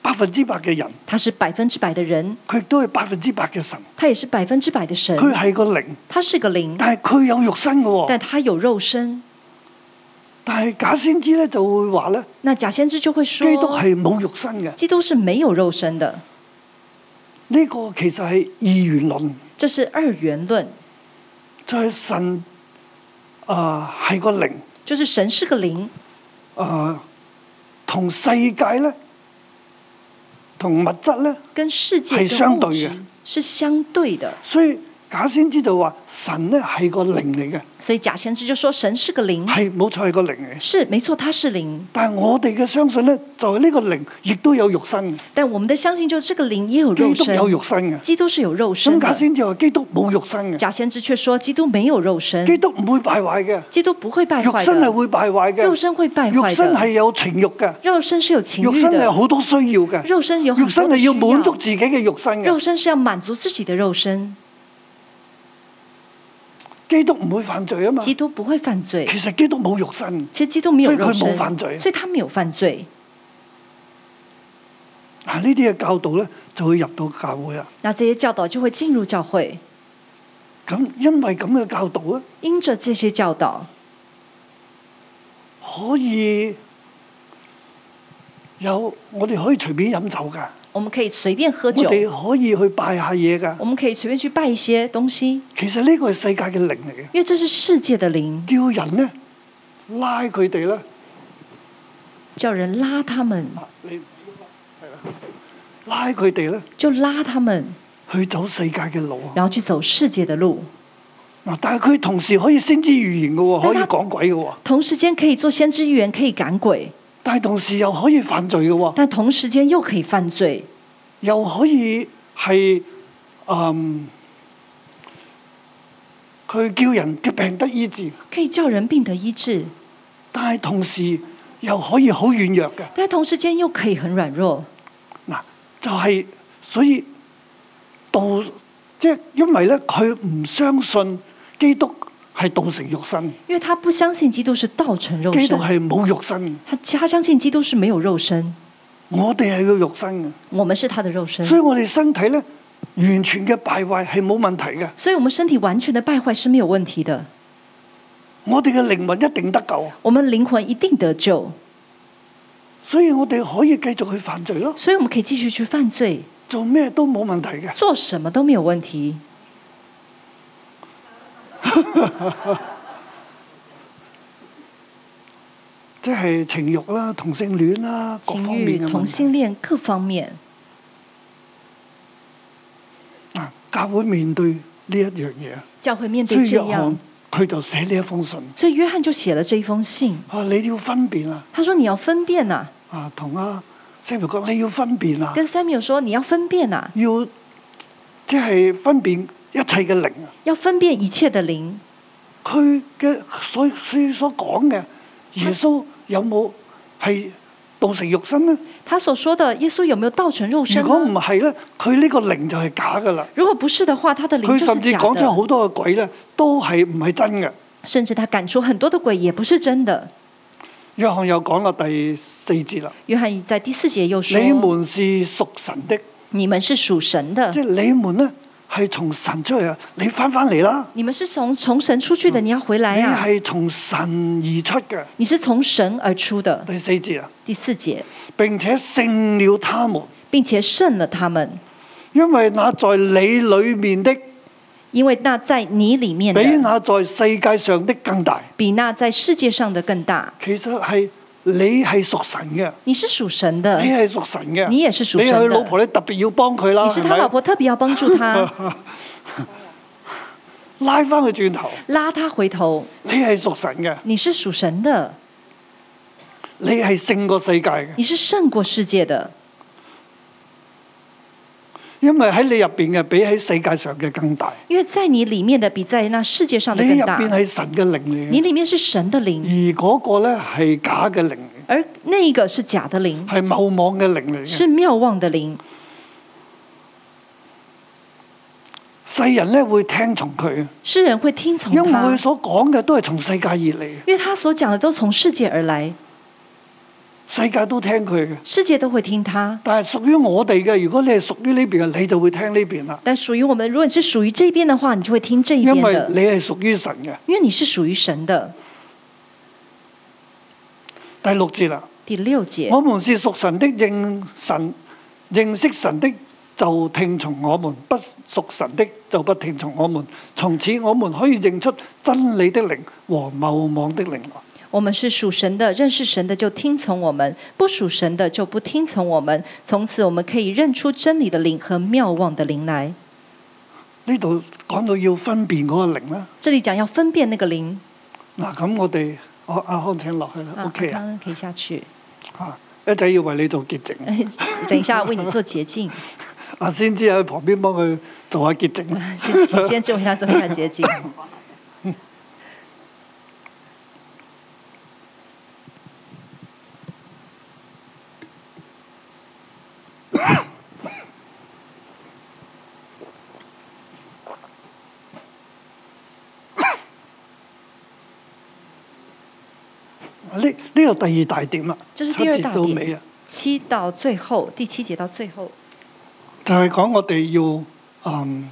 Speaker 2: 百分之百嘅人，
Speaker 3: 他是百分之百的人，
Speaker 2: 佢亦都係百分之百嘅神。
Speaker 3: 他也是百分之百的神，
Speaker 2: 佢哦係個靈，
Speaker 3: 他是个灵，
Speaker 2: 但係佢有肉身嘅
Speaker 3: 嗯但
Speaker 2: 喎。
Speaker 3: 他有肉身。
Speaker 2: 但係假先知咧就會話咧，
Speaker 3: 那假先知就会说，
Speaker 2: 基督係冇肉身嘅。
Speaker 3: 基督是没有肉身的，
Speaker 2: 呢、個其實係二元論，
Speaker 3: 这是二元论，
Speaker 2: 就係、神啊係、個靈。
Speaker 3: 就是神是个灵，
Speaker 2: 誒呃同世界咧，同物質咧，
Speaker 3: 跟世界
Speaker 2: 是相
Speaker 3: 跟
Speaker 2: 对
Speaker 3: 物质
Speaker 2: 的
Speaker 3: 是相对的。
Speaker 2: 所以假先知就話神咧係個靈嚟嘅，
Speaker 3: 所以假先知就说神是个灵，
Speaker 2: 係冇錯係個靈嚟嘅。
Speaker 3: 是没错，他是灵，
Speaker 2: 但係我哋嘅相信咧，就係、呢個靈亦都有肉身嘅，
Speaker 3: 但我们的相信就是这个灵也有肉
Speaker 2: 基督
Speaker 3: 身，
Speaker 2: 有肉身嘅。
Speaker 3: 基督是有肉身
Speaker 2: 咁假
Speaker 3: 的。
Speaker 2: 先知話基督冇肉身嘅，
Speaker 3: 假先知却说基督没有肉身，
Speaker 2: 基督唔會敗壞嘅，
Speaker 3: 基督不会败
Speaker 2: 肉
Speaker 3: 坏
Speaker 2: 身係
Speaker 3: 的，
Speaker 2: 會敗壞
Speaker 3: 肉
Speaker 2: 嘅，
Speaker 3: 身会败
Speaker 2: 肉
Speaker 3: 坏
Speaker 2: 身係
Speaker 3: 的，
Speaker 2: 有情慾嘅，
Speaker 3: 肉身是有情
Speaker 2: 肉
Speaker 3: 欲
Speaker 2: 身係
Speaker 3: 的，
Speaker 2: 好多需要嘅，
Speaker 3: 肉身有很
Speaker 2: 肉身
Speaker 3: 多
Speaker 2: 係
Speaker 3: 的需
Speaker 2: 要滿足
Speaker 3: 要，
Speaker 2: 自己嘅肉身
Speaker 3: 肉
Speaker 2: 嘅。
Speaker 3: 身是要满足自己的肉身。
Speaker 2: 基督唔會犯罪啊嘛，
Speaker 3: 基
Speaker 2: 其
Speaker 3: 督不会犯罪，
Speaker 2: 實基督冇肉身。
Speaker 3: 其实基督没有肉
Speaker 2: 所以佢
Speaker 3: 身
Speaker 2: 冇犯罪，
Speaker 3: 所以他没有犯罪。
Speaker 2: 嗱，啊呢啲嘅教導咧就會入到教會啦。
Speaker 3: 那这些教导就会进入教会，
Speaker 2: 咁因為咁嘅教導咧，
Speaker 3: 因着这些教导，
Speaker 2: 可以有我哋可以隨便飲酒㗎，
Speaker 3: 我们可以随便喝
Speaker 2: 我
Speaker 3: 酒，
Speaker 2: 哋可以去拜下嘢
Speaker 3: 我
Speaker 2: 㗎。
Speaker 3: 们可以随便去拜一些东西，
Speaker 2: 其實呢個係世界嘅靈嚟
Speaker 3: 因为这是世界的灵，
Speaker 2: 嘅，叫人咧拉佢哋咧，
Speaker 3: 叫人拉他们，
Speaker 2: 啊你係啦拉佢哋咧
Speaker 3: 就拉他们，
Speaker 2: 去走世界嘅路啊。
Speaker 3: 然后去走世界的路。
Speaker 2: 嗱，但係佢同時可以先知預言嘅喎，可
Speaker 3: 但
Speaker 2: 以
Speaker 3: 他
Speaker 2: 講鬼嘅喎，
Speaker 3: 同時间可以做先知预言，可以赶鬼，
Speaker 2: 但係同時又可以犯罪嘅喎。
Speaker 3: 但同时间又可以犯罪，
Speaker 2: 又可以係嗯，佢叫人嘅病得醫治，
Speaker 3: 可以叫人病得医治，
Speaker 2: 但係同時又可以好軟弱嘅。
Speaker 3: 但同时间又可以很软弱。
Speaker 2: 嗱，就係、所以道即係因為咧，佢唔相信基督係道成肉身，
Speaker 3: 因为他不相信基督是道成肉
Speaker 2: 基
Speaker 3: 身
Speaker 2: 督，係冇肉身，
Speaker 3: 他他相信基督是没有肉身，
Speaker 2: 我哋係個肉身嘅，
Speaker 3: 我们是他的肉身，
Speaker 2: 所以我哋身體咧完全嘅敗壞係冇問題嘅，
Speaker 3: 所以我们身体完全的败坏是没有问题的，
Speaker 2: 我哋嘅靈魂一定得救，
Speaker 3: 我们灵魂一定得救，
Speaker 2: 所以我哋可以繼續去犯罪咯，
Speaker 3: 所以我们可以继续去犯罪，
Speaker 2: 做咩都冇問題嘅。
Speaker 3: 做什么都没有问题。
Speaker 2: 即係情欲啦、同性戀啦，各
Speaker 3: 情
Speaker 2: 方
Speaker 3: 欲、
Speaker 2: 面嘅
Speaker 3: 同
Speaker 2: 問題。
Speaker 3: 性戀各方面，
Speaker 2: 啊，教會面對呢一樣嘢，
Speaker 3: 教会面
Speaker 2: 所
Speaker 3: 对
Speaker 2: 以
Speaker 3: 这
Speaker 2: 約
Speaker 3: 样
Speaker 2: 翰，佢就寫呢一封信。
Speaker 3: 所以约翰就写了这一封信，
Speaker 2: 啊，你要分辨啊！
Speaker 3: 他说你要分辨呐、
Speaker 2: 啊，同阿 Samuel 講，你要分辨啊，
Speaker 3: 跟 Samuel 说你要分辨呐、啊
Speaker 2: 要即係分辨一切嘅靈啊。
Speaker 3: 要分辨一切的灵。
Speaker 2: 佢嘅所書所講嘅耶穌有冇係道成肉身呢？
Speaker 3: 他所说的耶稣有没有道成肉身啊
Speaker 2: 如果唔
Speaker 3: 呢？
Speaker 2: 係咧，佢呢個靈就係假噶啦。
Speaker 3: 如果不是的话，他的灵
Speaker 2: 佢
Speaker 3: 就是
Speaker 2: 甚至
Speaker 3: 假
Speaker 2: 講咗
Speaker 3: 的，
Speaker 2: 好多嘅鬼咧，都係唔係真嘅。
Speaker 3: 甚至他赶出很多的鬼也不是真的。
Speaker 2: 約翰又講啦，第四節啦。
Speaker 3: 约翰在第四节又说：
Speaker 2: 你們是屬神的，
Speaker 3: 你们是属神的
Speaker 2: 即，係你們呢係從神出嚟啊！你翻翻嚟啦，
Speaker 3: 你们是从从神出去的，你要回
Speaker 2: 嗯你
Speaker 3: 来啊！
Speaker 2: 係從神而出嘅。
Speaker 3: 你是从神而出的。
Speaker 2: 第四節啊，
Speaker 3: 第四节，
Speaker 2: 並且勝了他們，
Speaker 3: 并且胜了他们，
Speaker 2: 因為那在你裏面的
Speaker 3: 因为那在你里面的
Speaker 2: 比那在世界上的更大。
Speaker 3: 比那在世界上的更大。
Speaker 2: 其實係你係屬神嘅，
Speaker 3: 你是属神的
Speaker 2: 你，係屬神嘅，
Speaker 3: 嗯 你也是屬神嘅
Speaker 2: 你係佢老婆，你特別要幫佢啦，
Speaker 3: 你是
Speaker 2: 係
Speaker 3: 他老
Speaker 2: 咪？
Speaker 3: 婆，特别要帮助 他，
Speaker 2: 拉翻佢轉頭，
Speaker 3: 拉他回头。
Speaker 2: 你係屬神嘅，
Speaker 3: 你是属神的，
Speaker 2: 你係勝過世界嘅，
Speaker 3: 你是胜过世界的，
Speaker 2: 因為喺你入邊嘅比喺世界上嘅更大。
Speaker 3: 因为在你里面的比在那世界上的
Speaker 2: 你
Speaker 3: 更
Speaker 2: 入
Speaker 3: 大。
Speaker 2: 邊係神嘅靈嚟
Speaker 3: 你
Speaker 2: 嘅，
Speaker 3: 里面是神的
Speaker 2: 而
Speaker 3: 灵，
Speaker 2: 嗰個咧係假嘅靈嚟
Speaker 3: 而那一个是假的灵
Speaker 2: 嘅，，係謬妄嘅靈嚟嘅。
Speaker 3: 是妙望的灵。
Speaker 2: 世人咧會聽從佢，
Speaker 3: 世人會听从
Speaker 2: 因為
Speaker 3: 他
Speaker 2: 佢，所講嘅都係從世界而嚟嘅，
Speaker 3: 因为他所讲的都从世界而来，
Speaker 2: 世界都聽佢嘅。
Speaker 3: 世界都会听他。
Speaker 2: 但係屬於我哋嘅，如果你係屬於呢邊嘅，你就會聽呢邊啦，
Speaker 3: 但属于我们，如果你是属于这边的话，你就会听这一
Speaker 2: 因
Speaker 3: 边
Speaker 2: 為
Speaker 3: 的，
Speaker 2: 你係屬於神嘅。
Speaker 3: 因为你是属于神的。
Speaker 2: 第六節啦，
Speaker 3: 第六节，
Speaker 2: 我們是屬神的，認神認識神的就聽從我們，不屬神的就不聽從我們。從此我們可以認出真理的靈和謬妄的靈來。
Speaker 3: 我们是属神的，认识神的就听从我们；不属神的就不听从我们。从此我们可以认出真理的灵和妙望的灵来。
Speaker 2: 呢度講到要分辨嗰個靈啦。
Speaker 3: 这里讲要分辨那个灵。
Speaker 2: 嗱，咁我哋我阿康請落去啦
Speaker 3: 啊
Speaker 2: ，OK 啊，
Speaker 3: 刚刚可以下去。
Speaker 2: 嚇一仔要為你做潔淨，
Speaker 3: 等一下为你做洁净，
Speaker 2: 阿啊先知喺旁邊幫佢做下潔淨啦。
Speaker 3: 先请先做一下做一下洁净。
Speaker 2: 呢呢度第二大點啦，
Speaker 3: 這
Speaker 2: 七
Speaker 3: 是第二
Speaker 2: 節
Speaker 3: 大
Speaker 2: 到
Speaker 3: 點
Speaker 2: 尾啊，
Speaker 3: 七到最后，第七节到最后，
Speaker 2: 就係講我哋要嗯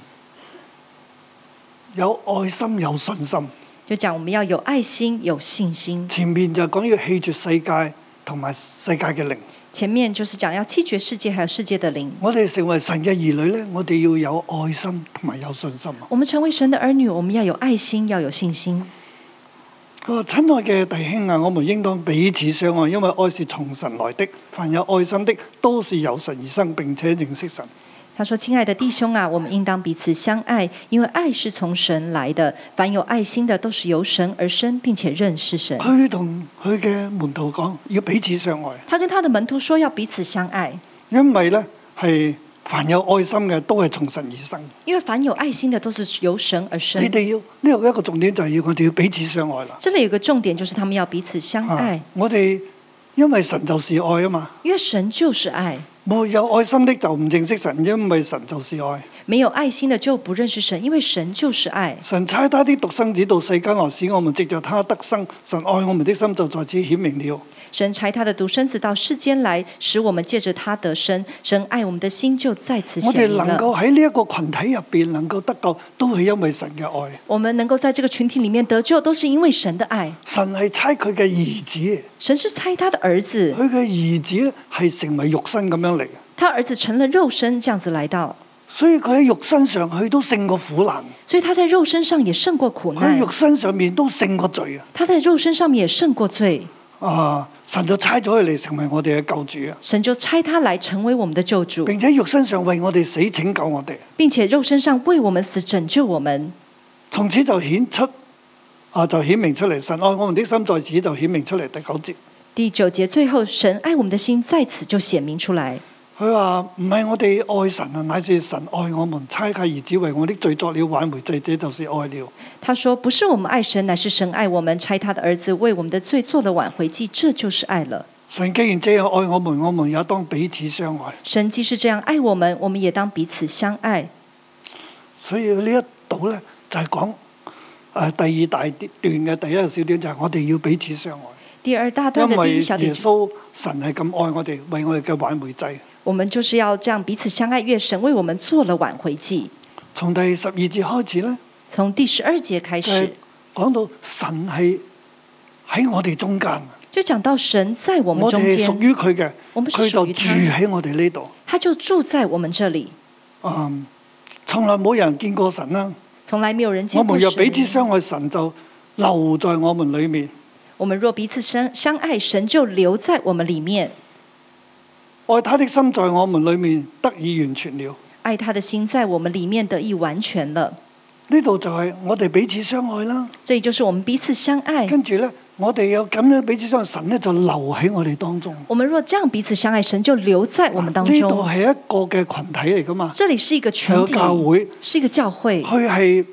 Speaker 2: 有愛心有信心。
Speaker 3: 就讲我们要有爱心，有信心。
Speaker 2: 前面就講要棄絕世界同埋世界嘅靈。
Speaker 3: 前面就是讲要弃绝世界，还有世界的灵。
Speaker 2: 我哋成為神嘅兒女咧，我哋要有愛心同埋有信心啊！
Speaker 3: 我们成为神的儿女，我们要有爱心，要有信心。
Speaker 2: 佢話：親愛嘅弟兄啊，我們應當彼此相愛，因為愛是從神來的。凡有愛心的，都是由神而生，並且認識神。
Speaker 3: 他说：“亲爱的弟兄啊，我们应当彼此相爱，因为爱是从神来的。凡有爱心的，都是由神而生，并且认识神。
Speaker 2: 佢同佢嘅門徒講，要彼此相愛，”
Speaker 3: 他跟他的门徒说要彼此相爱，
Speaker 2: 因為呢係凡有愛心嘅都係從神而生。
Speaker 3: 因为凡有爱心的都是由神而生
Speaker 2: 你。哋要呢度一個重點就係要我哋要彼此相愛啦。
Speaker 3: 这里有个重点，就是他们要彼此相
Speaker 2: 啊
Speaker 3: 爱，
Speaker 2: 我哋因為神就是愛啊嘛，
Speaker 3: 因为神就是爱。
Speaker 2: 沒有愛心的就唔認識神，因為神就是愛。
Speaker 3: 没有爱心的就不认识神，因为神就是爱。
Speaker 2: 神差他的獨生子到世間來，使我們藉着他得生。神愛我們的心就在此顯明了。
Speaker 3: 神差他的独生子到世间来，使我们借着他得生。神爱我们的心就在此
Speaker 2: 我
Speaker 3: 显
Speaker 2: 哋
Speaker 3: 明
Speaker 2: 能
Speaker 3: 了。
Speaker 2: 夠喺呢一個群體入邊能夠得救，都係因為神嘅愛。
Speaker 3: 我们能够在这个群体里面得救，都是因为神的爱。
Speaker 2: 神係差佢嘅兒子，
Speaker 3: 神是差他的儿子，
Speaker 2: 佢嘅兒子咧係成為肉身咁樣嚟嘅，
Speaker 3: 他儿子成了肉身，这样子来到，
Speaker 2: 所以佢喺肉身上佢都勝過苦難，
Speaker 3: 所以他在肉身上也胜过苦
Speaker 2: 佢喺
Speaker 3: 难
Speaker 2: 肉，身上面都勝過罪啊！
Speaker 3: 他在肉身上面也胜过罪。
Speaker 2: 啊，神就差咗佢嚟成為我哋嘅救主啊！
Speaker 3: 神就差他来成为我们的救主，
Speaker 2: 並且肉身上為我哋死拯救我哋，
Speaker 3: 并且肉身上为我们死，拯救我们。
Speaker 2: 從此就顯出啊，就顯明出嚟神愛我們的心在此就顯明出嚟。第九節。
Speaker 3: 第九节最后，神爱我们的心在此就显明出来。
Speaker 2: 佢話唔係我哋愛神啊，乃是神愛我們，差佢兒子為我的罪作了挽回祭，這就是愛了。
Speaker 3: 他说：“不是我们爱神，乃是神爱我们，差他的儿子为我们的罪做了挽回祭，这就是爱了。
Speaker 2: 神既然這樣愛我們，我們也當彼此相愛。
Speaker 3: 神既是这样爱我们，我们也当彼此相爱。
Speaker 2: 所以呢一度呢，就係講誒第二大段嘅第一個小點，就係我哋要彼此相愛，”
Speaker 3: 第二大段
Speaker 2: 因
Speaker 3: 的
Speaker 2: 為
Speaker 3: 第一小
Speaker 2: 耶
Speaker 3: 点，
Speaker 2: 穌神係咁愛我哋，為我哋嘅挽回祭。
Speaker 3: 我们就是要这样彼此相爱，越神为我们做了挽回祭。
Speaker 2: 從第十二節開始呢，
Speaker 3: 从第十二节开
Speaker 2: 就係、
Speaker 3: 始，
Speaker 2: 講到神係喺我哋中間，
Speaker 3: 就講到神在我们
Speaker 2: 我
Speaker 3: 中
Speaker 2: 哋係屬
Speaker 3: 间，
Speaker 2: 於佢嘅，
Speaker 3: 我們是
Speaker 2: 佢就
Speaker 3: 屬於
Speaker 2: 住
Speaker 3: 他
Speaker 2: 喺我哋呢度。
Speaker 3: 他就住在我们这里。
Speaker 2: 嗯，從來冇人見過神啦。
Speaker 3: 从来没有人
Speaker 2: 我
Speaker 3: 见过
Speaker 2: 們若彼此
Speaker 3: 神。
Speaker 2: 相愛，神就留在我們裏面。
Speaker 3: 我们若彼此相相爱，神就留在我们里面。
Speaker 2: 愛他的心在我們裏面得以完全了。
Speaker 3: 爱他的心在我们里面得以完全了。
Speaker 2: 呢度就係我哋彼此相愛啦。
Speaker 3: 这也就是我们彼此相爱。
Speaker 2: 跟住呢，我哋有咁樣彼此相愛，神呢就留喺我哋當中。
Speaker 3: 我们若这样彼此相爱，神就留在我
Speaker 2: 嗱
Speaker 3: 们当
Speaker 2: 呢度
Speaker 3: 中。
Speaker 2: 係一個嘅群體嚟噶嘛，
Speaker 3: 这里是一个群
Speaker 2: 有
Speaker 3: 体，
Speaker 2: 教會，
Speaker 3: 是一个教会，
Speaker 2: 佢係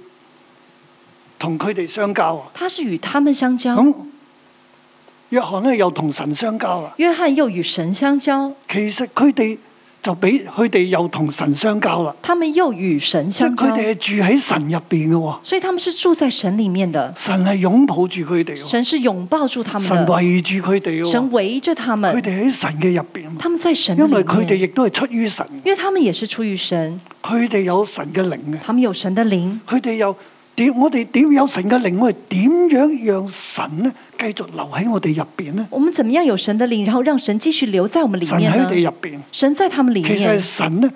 Speaker 2: 同佢哋相交啊。
Speaker 3: 他是与他们相交。
Speaker 2: 咁約翰呢又同神相交啊。
Speaker 3: 约翰又与神相交，
Speaker 2: 其實佢哋就俾佢哋又同神相交啦。
Speaker 3: 他们又与神
Speaker 2: 即係
Speaker 3: 相
Speaker 2: 佢
Speaker 3: 交，
Speaker 2: 哋係住喺神入邊嘅喎，
Speaker 3: 所以他们是住在神里面的。
Speaker 2: 神係擁抱住佢哋喎，
Speaker 3: 神是拥抱住他们
Speaker 2: 神
Speaker 3: 的，
Speaker 2: 圍住佢哋
Speaker 3: 神
Speaker 2: 喎，
Speaker 3: 围着他
Speaker 2: 佢
Speaker 3: 们，
Speaker 2: 哋喺神嘅入邊，
Speaker 3: 他们在神的
Speaker 2: 因為
Speaker 3: 里
Speaker 2: 佢哋
Speaker 3: 面，
Speaker 2: 亦都係出於神，
Speaker 3: 因为他们也是出于神，
Speaker 2: 佢哋有神嘅靈嘅，
Speaker 3: 他们有神的灵。
Speaker 2: 佢哋有點我哋點有神嘅靈，我哋點樣讓神咧繼續留喺我哋入邊呢？
Speaker 3: 我们怎么样有神的灵，然后让神继续留在我们里
Speaker 2: 神
Speaker 3: 面
Speaker 2: 喺佢
Speaker 3: 呢？
Speaker 2: 哋入邊，
Speaker 3: 神在他们里
Speaker 2: 其實係
Speaker 3: 面，
Speaker 2: 神咧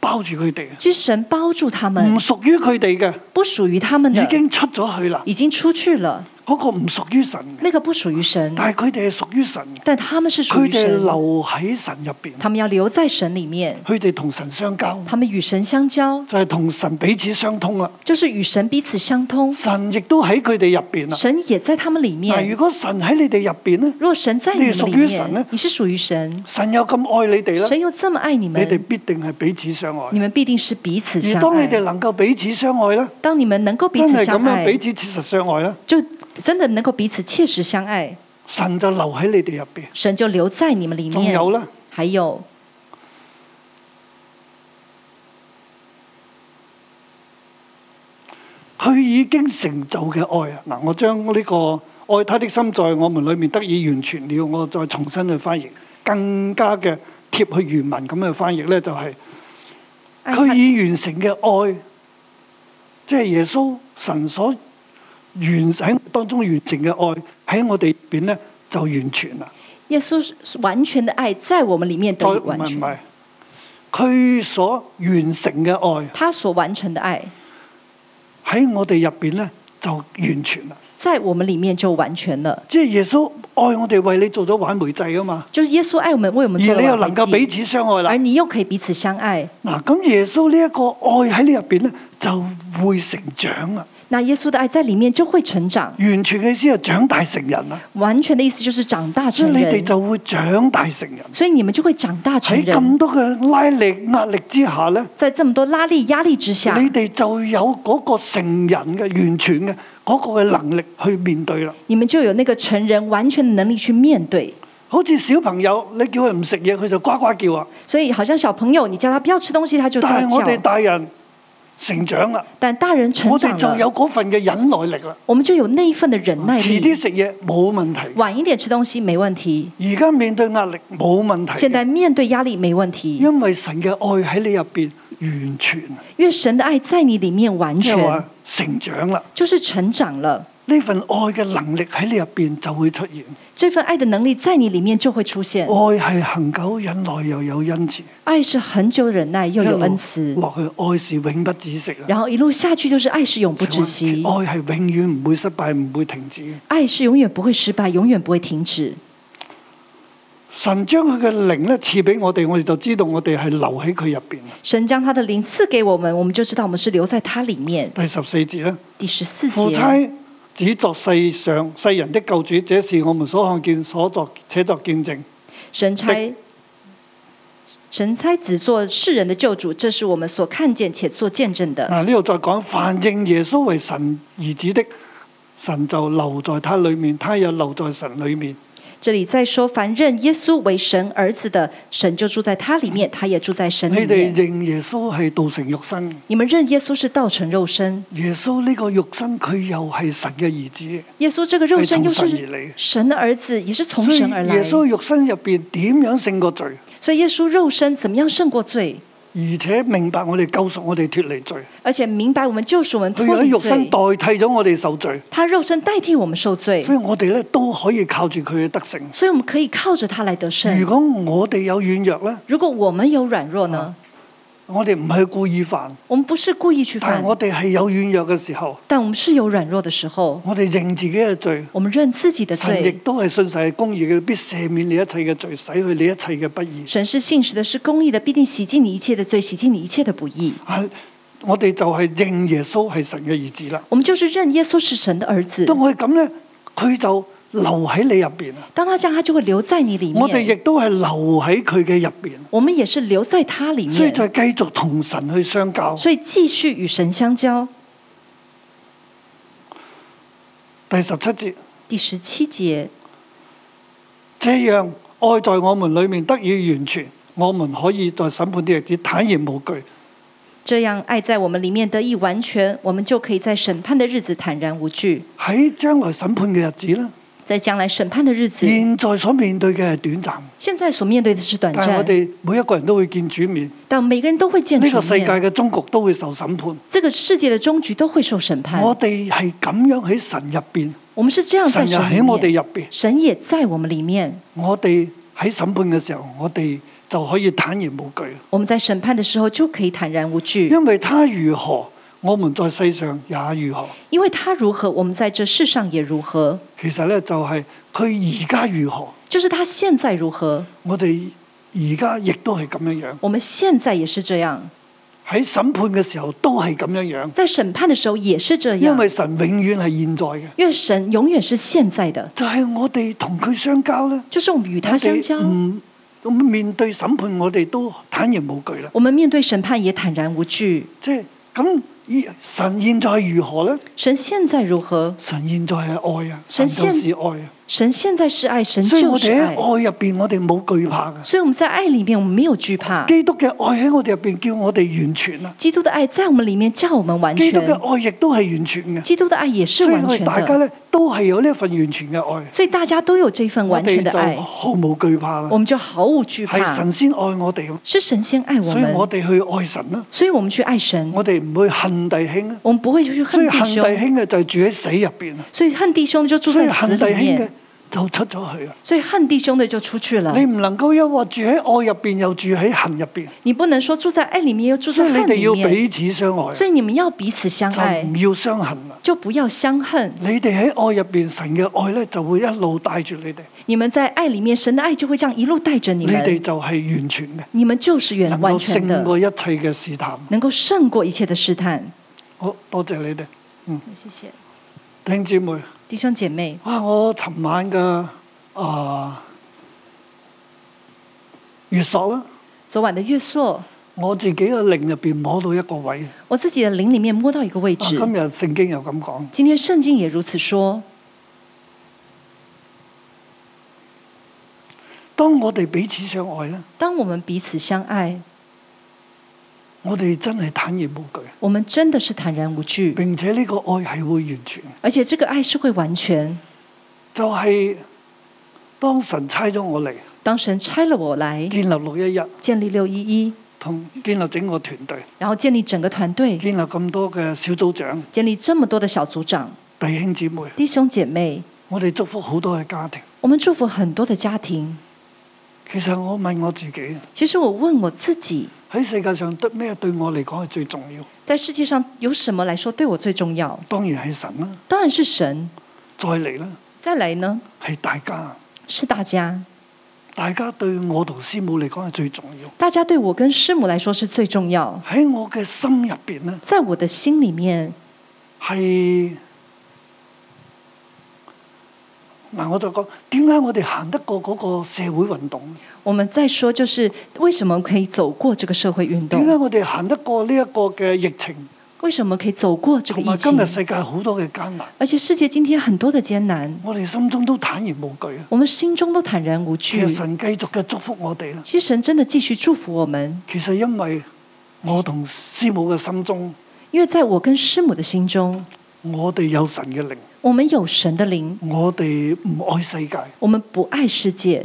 Speaker 2: 包住佢哋，
Speaker 3: 其实神包住他
Speaker 2: 唔
Speaker 3: 们，
Speaker 2: 屬於佢哋嘅
Speaker 3: 不屬于他们的
Speaker 2: 嗯已，經出咗去啦，
Speaker 3: 已经出去了，
Speaker 2: 嗰個唔屬於神嘅，
Speaker 3: 那个不属于神，
Speaker 2: 但係佢哋係屬於神嘅，
Speaker 3: 但他们是嗯属
Speaker 2: 佢
Speaker 3: 于
Speaker 2: 哋
Speaker 3: 神，
Speaker 2: 留喺神入邊。
Speaker 3: 他们要留在神里面，
Speaker 2: 佢哋同神相交，
Speaker 3: 他们与神相交，
Speaker 2: 就係同神彼此相通啦。
Speaker 3: 就是与神彼此相通，
Speaker 2: 神亦都喺佢哋入邊啦。
Speaker 3: 神也在他们里
Speaker 2: 嗱，如
Speaker 3: 面。
Speaker 2: 果神喺你哋入邊咧，
Speaker 3: 若神在你
Speaker 2: 你屬
Speaker 3: 们
Speaker 2: 於
Speaker 3: 里
Speaker 2: 神呢
Speaker 3: 面，你是属于神，
Speaker 2: 神又咁愛你哋咧，
Speaker 3: 神又这么爱你
Speaker 2: 你哋
Speaker 3: 们，
Speaker 2: 必定係彼此相愛
Speaker 3: 你。们必定是彼此
Speaker 2: 而
Speaker 3: 相
Speaker 2: 當你
Speaker 3: 爱
Speaker 2: 哋。能夠彼此相愛咧，
Speaker 3: 当你们能够彼
Speaker 2: 真
Speaker 3: 此
Speaker 2: 係咁
Speaker 3: 相
Speaker 2: 樣
Speaker 3: 爱
Speaker 2: 彼，此切實相愛咧，
Speaker 3: 就真的能够彼此切实相爱，
Speaker 2: 神就留喺你哋入邊。
Speaker 3: 神就留在你们里
Speaker 2: 仲
Speaker 3: 面。
Speaker 2: 有咧，
Speaker 3: 还有
Speaker 2: 佢已經成就嘅愛啊！嗱，我將呢個愛他的心在我們裏面得以完全了，我再重新去翻譯，更加嘅貼去原文咁去翻譯咧，就係、
Speaker 3: 爱
Speaker 2: 佢
Speaker 3: 他
Speaker 2: 已完成嘅愛，即係耶穌神所完喺當中完成嘅愛喺我哋入邊咧就完全啦。
Speaker 3: 耶稣是完全的爱在我们里面
Speaker 2: 再
Speaker 3: 得以
Speaker 2: 唔
Speaker 3: 完
Speaker 2: 係唔係
Speaker 3: 全，，
Speaker 2: 佢所完成嘅愛
Speaker 3: 他所完成的爱
Speaker 2: 喺我哋入邊咧就完全啦。
Speaker 3: 在我们里面就完全了。
Speaker 2: 即係耶穌愛我哋，為你做咗挽回祭啊嘛，
Speaker 3: 就是耶稣爱我们，为我
Speaker 2: 而
Speaker 3: 们
Speaker 2: 你
Speaker 3: 做了
Speaker 2: 又
Speaker 3: 挽
Speaker 2: 能夠
Speaker 3: 回
Speaker 2: 彼
Speaker 3: 祭，
Speaker 2: 此相愛啦
Speaker 3: 而。你又可以彼此相爱。
Speaker 2: 嗱，咁耶穌呢一個愛喺你入邊咧就會成長啦。
Speaker 3: 那耶稣的爱在里面就会成长。
Speaker 2: 完全嘅意思係長大成人啦，
Speaker 3: 完全的意思就是长大
Speaker 2: 所以
Speaker 3: 成
Speaker 2: 你哋
Speaker 3: 人，
Speaker 2: 就會長大成人。
Speaker 3: 所以你们就会长大成
Speaker 2: 喺咁
Speaker 3: 人。
Speaker 2: 多嘅拉力壓力之下咧，
Speaker 3: 在这么多拉力压力之下，
Speaker 2: 你哋就有嗰個成人嘅完全嘅嗰、個嘅能力去面對啦。
Speaker 3: 你们就有那个成人完全的能力去面对。
Speaker 2: 好似小朋友，你叫佢唔食嘢，佢就呱呱叫啊。
Speaker 3: 所以好像小朋友，你叫他不要吃东西，他就大
Speaker 2: 但係我哋
Speaker 3: 叫。
Speaker 2: 大人，成長啦，
Speaker 3: 但大人成
Speaker 2: 我哋
Speaker 3: 长
Speaker 2: 就
Speaker 3: 了，
Speaker 2: 有嗰份嘅忍耐力啦。
Speaker 3: 我们就有那一份的忍耐力。
Speaker 2: 遲啲食嘢冇問題，
Speaker 3: 晚一点吃东西没问题，
Speaker 2: 而家面對壓力冇問
Speaker 3: 现
Speaker 2: 題，
Speaker 3: 在面对压力没问题，
Speaker 2: 因為神嘅愛喺你入邊完全，
Speaker 3: 因为神的愛在你里面完
Speaker 2: 即係
Speaker 3: 全
Speaker 2: 話，成長啦。
Speaker 3: 就是成长了。
Speaker 2: 呢份愛嘅能力喺你入邊就會出現。
Speaker 3: 这份愛的能力在你里面就会出现。
Speaker 2: 愛係恒久忍耐又有恩慈，
Speaker 3: 愛是恒久忍耐，又
Speaker 2: 一
Speaker 3: 有
Speaker 2: 路
Speaker 3: 恩慈，
Speaker 2: 落去愛是永不止息啊！
Speaker 3: 然後一路下去就是愛是永不止息，
Speaker 2: 愛係永遠唔會失敗，唔會停止嘅。
Speaker 3: 愛是永遠不會失敗，永遠不會停止。
Speaker 2: 神將佢嘅靈咧賜俾我哋，我哋就知道我哋係留喺佢入邊。
Speaker 3: 神將他的靈賜給我們，我們就知道我們是留在他里面。
Speaker 2: 第十四節咧，
Speaker 3: 第十四
Speaker 2: 父
Speaker 3: 節，
Speaker 2: 差只作世上世人的救主，這是我們所看見、所作且作見證。
Speaker 3: 神差神差只做世人的救主，这是我们所看見且做見證的。
Speaker 2: 嗱，呢度再講，凡認耶穌為神兒子的，神就留在他裡面，他也留在神裡面。
Speaker 3: 这里再说，凡认耶穌為神兒子的，神就住在他里面，他也住在神
Speaker 2: 你
Speaker 3: 里
Speaker 2: 哋
Speaker 3: 面。
Speaker 2: 認耶穌係道成肉身，
Speaker 3: 你们认耶穌是道成肉身，
Speaker 2: 耶穌呢個肉身佢又係神嘅兒子，
Speaker 3: 耶穌这个肉身又
Speaker 2: 係從神而
Speaker 3: 是
Speaker 2: 嚟
Speaker 3: 神的兒子，也是从
Speaker 2: 所以
Speaker 3: 神而來。
Speaker 2: 耶穌肉身入邊點樣勝過罪，
Speaker 3: 所以耶穌肉身怎么样胜过罪，
Speaker 2: 而且明白我哋救贖我哋脱離罪。
Speaker 3: 而且明白我们救赎我们
Speaker 2: 佢
Speaker 3: 脱
Speaker 2: 喺
Speaker 3: 离
Speaker 2: 肉身
Speaker 3: 罪
Speaker 2: 代，替咗我哋受罪，
Speaker 3: 他肉身代替我们受罪
Speaker 2: 所，以我哋咧都可以靠住佢嘅得勝。
Speaker 3: 所以我们可以靠着他来得
Speaker 2: 如
Speaker 3: 胜。
Speaker 2: 果我哋有軟弱咧，
Speaker 3: 如果我们有软弱
Speaker 2: 啊
Speaker 3: 呢？
Speaker 2: 我哋唔係故意犯，
Speaker 3: 我们不是故意去
Speaker 2: 但
Speaker 3: 犯
Speaker 2: 係，我哋係有軟弱嘅時候，
Speaker 3: 但我们是有软弱的时候，
Speaker 2: 我哋認自己嘅罪，
Speaker 3: 我们认自己的
Speaker 2: 神亦
Speaker 3: 罪。
Speaker 2: 都係信實係公義嘅，必赦免你一切嘅罪，洗去你一切嘅不義。
Speaker 3: 神是信实的，是公义的，必定洗净你一切的罪，洗净你一切的不义。
Speaker 2: 啊，我哋就係認耶穌係神嘅兒子啦。
Speaker 3: 我们就是认耶稣是神的儿子。
Speaker 2: 當我哋咁咧，佢就留喺你入邊啊！
Speaker 3: 当他这样，他就会留在你里
Speaker 2: 我哋亦
Speaker 3: 面。
Speaker 2: 都係留喺佢嘅入邊，
Speaker 3: 我们也是留在他里
Speaker 2: 所以
Speaker 3: 面，
Speaker 2: 就繼續同神去相交。
Speaker 3: 所以继续与神相交。
Speaker 2: 第十七節。
Speaker 3: 第十七节，
Speaker 2: 這樣愛在我們裏面得以完全，我們可以在審判的日子坦然無懼。
Speaker 3: 这样爱在我们里面得以完全，我们就可以在审判的日子坦然无惧。
Speaker 2: 喺將來審判嘅日子咧，
Speaker 3: 在将来审判的日子，
Speaker 2: 現在所面對嘅係短暫，
Speaker 3: 现在所面對的是短
Speaker 2: 但係我
Speaker 3: 暫，
Speaker 2: 哋每一個人都會見主面，
Speaker 3: 但每個人都會見
Speaker 2: 呢
Speaker 3: 主
Speaker 2: 個世界
Speaker 3: 面。
Speaker 2: 嘅終局都會受審判。
Speaker 3: 这個世界的終局都會受審判。
Speaker 2: 我哋係咁樣喺神入邊，
Speaker 3: 我們是這樣在
Speaker 2: 神又
Speaker 3: 神里
Speaker 2: 喺我哋
Speaker 3: 面，
Speaker 2: 入邊，
Speaker 3: 神也在我們里面。
Speaker 2: 我哋喺審判嘅時候，我哋就可以坦然無懼，
Speaker 3: 我們在審判的時候就可以坦然無懼，
Speaker 2: 因為他如何，我們在世上也如何。
Speaker 3: 因為他如何，我們在這世上也如何。
Speaker 2: 其實咧就係佢而家如何，
Speaker 3: 就是他現在如何，
Speaker 2: 我哋而家亦都係咁樣樣。
Speaker 3: 我們現在也是這樣，
Speaker 2: 喺審判嘅時候都係咁樣樣，
Speaker 3: 在審判的時候也是這樣。
Speaker 2: 因為神永遠係現在嘅，
Speaker 3: 因為神永遠是現在的，
Speaker 2: 就係、我哋同佢相交咧，
Speaker 3: 就是我們與
Speaker 2: 我
Speaker 3: 他相交，
Speaker 2: 哋唔面對審判，我哋都坦然無懼啦。
Speaker 3: 我們面對審判也坦然無懼。
Speaker 2: 即係咁，以神現在如何咧？
Speaker 3: 神現在如何？
Speaker 2: 神現在係愛啊，神
Speaker 3: 神
Speaker 2: 就
Speaker 3: 現
Speaker 2: 是愛啊，
Speaker 3: 神現在是愛，神
Speaker 2: 所以我
Speaker 3: 就
Speaker 2: 哦
Speaker 3: 是
Speaker 2: 哋喺
Speaker 3: 愛。
Speaker 2: 愛入邊，我哋冇懼怕嘅。
Speaker 3: 所以我們在愛里面，我们没有惧怕。
Speaker 2: 基督嘅愛喺我哋入邊，叫我哋完全啊！
Speaker 3: 基督的愛在我们里面叫我们完
Speaker 2: 基督
Speaker 3: 全，
Speaker 2: 嘅愛亦都係完全嘅，
Speaker 3: 基督的愛也是
Speaker 2: 所以
Speaker 3: 完
Speaker 2: 我
Speaker 3: 全
Speaker 2: 哋大
Speaker 3: 的。
Speaker 2: 家咧都係有呢一份完全嘅愛，
Speaker 3: 所以大家都有这份
Speaker 2: 我
Speaker 3: 完全
Speaker 2: 哋
Speaker 3: 的
Speaker 2: 就
Speaker 3: 愛，
Speaker 2: 毫無懼怕啦
Speaker 3: 我。們就毫无惧
Speaker 2: 係
Speaker 3: 怕
Speaker 2: 神。先愛我哋啊，
Speaker 3: 是神先愛我
Speaker 2: 所以我
Speaker 3: 們，
Speaker 2: 哋去愛神啦。
Speaker 3: 所以我们去愛神，
Speaker 2: 我哋唔去恨弟兄啊，
Speaker 3: 我们不会去
Speaker 2: 所以
Speaker 3: 恨
Speaker 2: 恨
Speaker 3: 弟
Speaker 2: 弟
Speaker 3: 兄。
Speaker 2: 兄嘅就住喺死入邊啊，
Speaker 3: 所以恨弟兄的就住
Speaker 2: 所以
Speaker 3: 在
Speaker 2: 恨
Speaker 3: 死
Speaker 2: 弟
Speaker 3: 里
Speaker 2: 兄嘅
Speaker 3: 面，
Speaker 2: 就出咗去啊。
Speaker 3: 所以恨弟兄的就出去了
Speaker 2: 你。唔能夠一話住喺愛入邊，又住喺恨入邊，
Speaker 3: 你不能說住在愛里面又住
Speaker 2: 所
Speaker 3: 在
Speaker 2: 以你
Speaker 3: 恨
Speaker 2: 哋
Speaker 3: 里
Speaker 2: 要
Speaker 3: 面，
Speaker 2: 彼此相愛啊，
Speaker 3: 所以你们要彼此相愛，
Speaker 2: 就唔要相恨啦。
Speaker 3: 就不要相恨。
Speaker 2: 你哋喺愛入邊，神嘅愛咧就會一路帶住你哋，
Speaker 3: 你们在愛里面，神的愛就會這樣一路帶着你
Speaker 2: 你哋
Speaker 3: 們，
Speaker 2: 就係完全嘅，
Speaker 3: 你們就是
Speaker 2: 能
Speaker 3: 完完
Speaker 2: 夠
Speaker 3: 全
Speaker 2: 勝
Speaker 3: 的。
Speaker 2: 過一切嘅試探。
Speaker 3: 能够胜过一切的试探。
Speaker 2: 好多謝你哋，
Speaker 3: 谢谢
Speaker 2: 弟兄姊妹。
Speaker 3: 弟兄姐妹，
Speaker 2: 哇！我尋晚嘅啊月索啦，
Speaker 3: 昨晚的月朔，
Speaker 2: 我自己嘅靈入邊摸到一個位。啊
Speaker 3: 我自己的灵里面摸到一个位
Speaker 2: 今
Speaker 3: 置。
Speaker 2: 日聖經又咁講，
Speaker 3: 今天圣经也如此说：
Speaker 2: 當我哋彼此相愛咧，
Speaker 3: 当我们彼此相爱，
Speaker 2: 我哋真係坦然無懼。
Speaker 3: 我们真的是坦然无惧，
Speaker 2: 並且呢個愛係會完全，
Speaker 3: 而且这个爱是会完全。
Speaker 2: 就係、當神差咗我嚟
Speaker 3: 当神差了我来
Speaker 2: 建立六一一，
Speaker 3: 建立六一一，
Speaker 2: 同建立整個團隊，
Speaker 3: 然后建立整个团队，
Speaker 2: 建立咁多嘅小組長、
Speaker 3: 建立这么多的小组长、
Speaker 2: 弟兄姊妹，
Speaker 3: 弟兄姐妹，
Speaker 2: 我哋祝福好多嘅家庭。
Speaker 3: 我们祝福很多的家庭。
Speaker 2: 其實我問我自己，
Speaker 3: 其实我問我自己，
Speaker 2: 喺世界上對咩對我嚟講係最重要？
Speaker 3: 在世界上有什么来说对我最重要？
Speaker 2: 當然係神啦，
Speaker 3: 当然是神。
Speaker 2: 再嚟啦
Speaker 3: 再来呢，
Speaker 2: 係大家，
Speaker 3: 是大家，
Speaker 2: 大家對我同師母嚟講係最重要。
Speaker 3: 大家對我跟师母来说是最重要。
Speaker 2: 喺我嘅心入邊呢，
Speaker 3: 在我的心里面，
Speaker 2: 係嗱，我就講點解我哋行得過嗰個社會運動呢？
Speaker 3: 我们再说就是为什么可以走过这个社会运
Speaker 2: 點解
Speaker 3: 动？
Speaker 2: 我哋行得過呢一個嘅疫情，
Speaker 3: 为什么可以走过这个
Speaker 2: 同
Speaker 3: 疫
Speaker 2: 埋今
Speaker 3: 情
Speaker 2: 日？世界好多嘅艱難，
Speaker 3: 而且世界今天很多的艰难，
Speaker 2: 我哋心中都坦然無懼啊！
Speaker 3: 我们心中都坦然无
Speaker 2: 其
Speaker 3: 惧
Speaker 2: 實。啊神繼續嘅祝福我哋啦。
Speaker 3: 其实神真的继续祝福我们，
Speaker 2: 其實因為我同師母嘅心中，
Speaker 3: 因为在我跟师母的心中，
Speaker 2: 我哋有神嘅靈，
Speaker 3: 我们有神的灵，
Speaker 2: 我哋唔愛世界，
Speaker 3: 我们不爱世界。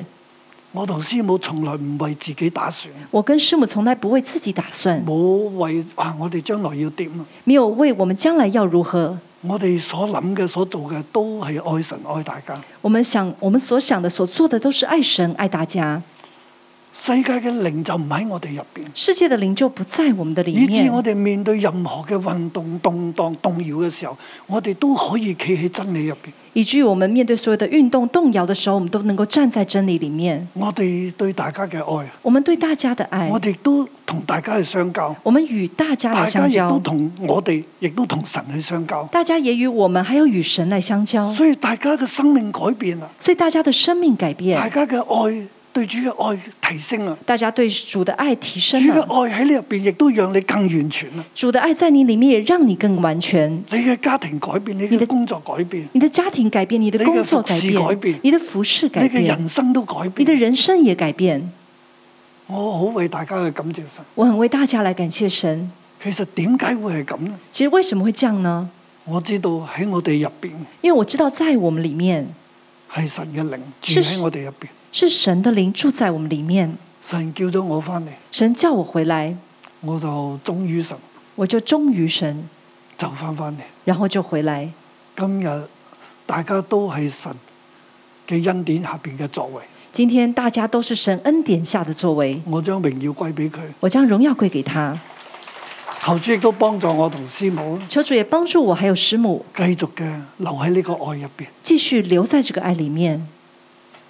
Speaker 2: 我同師母從來唔為自己打算，
Speaker 3: 我跟师母从来不为自己打算，
Speaker 2: 冇為啊我哋將來要點啊！
Speaker 3: 没有为我们将来要如何。
Speaker 2: 我哋所諗嘅、所做嘅都係愛神、愛大家。
Speaker 3: 我们想，我们所想的、所做的都是爱神、爱大家。
Speaker 2: 世界嘅靈就唔喺我哋入邊，
Speaker 3: 世界的灵就不在我们的里
Speaker 2: 以致我
Speaker 3: 面，
Speaker 2: 哋面對任何嘅運動、動盪、動搖嘅時候，我哋都可以企喺真理入邊。
Speaker 3: 以至于我们面对所有的运动动摇的时候，我们都能够站在真理里面。
Speaker 2: 我哋對大家嘅愛，啊
Speaker 3: 我们对大家的爱
Speaker 2: 我，哋都同大家去相交，
Speaker 3: 我们与大家
Speaker 2: 大
Speaker 3: 来
Speaker 2: 家
Speaker 3: 相
Speaker 2: 亦都
Speaker 3: 交，
Speaker 2: 同我哋，亦都同神去相交。
Speaker 3: 大家也与我们还有与神来相交，
Speaker 2: 所以大家嘅生命改變啊啦，
Speaker 3: 所以大家的生命改
Speaker 2: 大
Speaker 3: 变，
Speaker 2: 家嘅愛對主嘅愛提升啦，
Speaker 3: 大家对主的爱提
Speaker 2: 主
Speaker 3: 升
Speaker 2: 嘅
Speaker 3: 了。
Speaker 2: 愛喺你入邊亦都讓你更完全啦。
Speaker 3: 主的爱在你里面，也让你更完全。
Speaker 2: 你嘅家庭改變，你
Speaker 3: 你
Speaker 2: 嘅
Speaker 3: 的
Speaker 2: 工作改變，
Speaker 3: 你的家庭改变，你的工作改
Speaker 2: 你的服侍改
Speaker 3: 变
Speaker 2: 变，
Speaker 3: 你的服饰
Speaker 2: 你
Speaker 3: 改
Speaker 2: 嘅
Speaker 3: 变，
Speaker 2: 人生都改
Speaker 3: 你的
Speaker 2: 變。
Speaker 3: 人生也改变。
Speaker 2: 我好為大家去感謝神。
Speaker 3: 我很为大家来感谢神。
Speaker 2: 其實點解會係咁呢？
Speaker 3: 其实为什么会这样呢？
Speaker 2: 我知道喺我哋入邊
Speaker 3: 因为我知道在我们里面
Speaker 2: 係神嘅靈住
Speaker 3: 是
Speaker 2: 喺我哋入邊，
Speaker 3: 是神的灵住在我们里面，
Speaker 2: 神叫咗我翻嚟，
Speaker 3: 神叫我回来，
Speaker 2: 我就忠於神，
Speaker 3: 我就忠于神，
Speaker 2: 就翻翻嚟。
Speaker 3: 然后就回来。
Speaker 2: 今日大家都係神嘅恩典下邊嘅作為，
Speaker 3: 今天大家都是神恩典下的作为，
Speaker 2: 我將榮耀歸俾佢。
Speaker 3: 我将荣耀归给他。
Speaker 2: 求主亦都幫助我同師母啦，
Speaker 3: 求主也帮助我还有师母
Speaker 2: 繼續嘅留喺呢個愛入邊，
Speaker 3: 继续留在这个爱里面，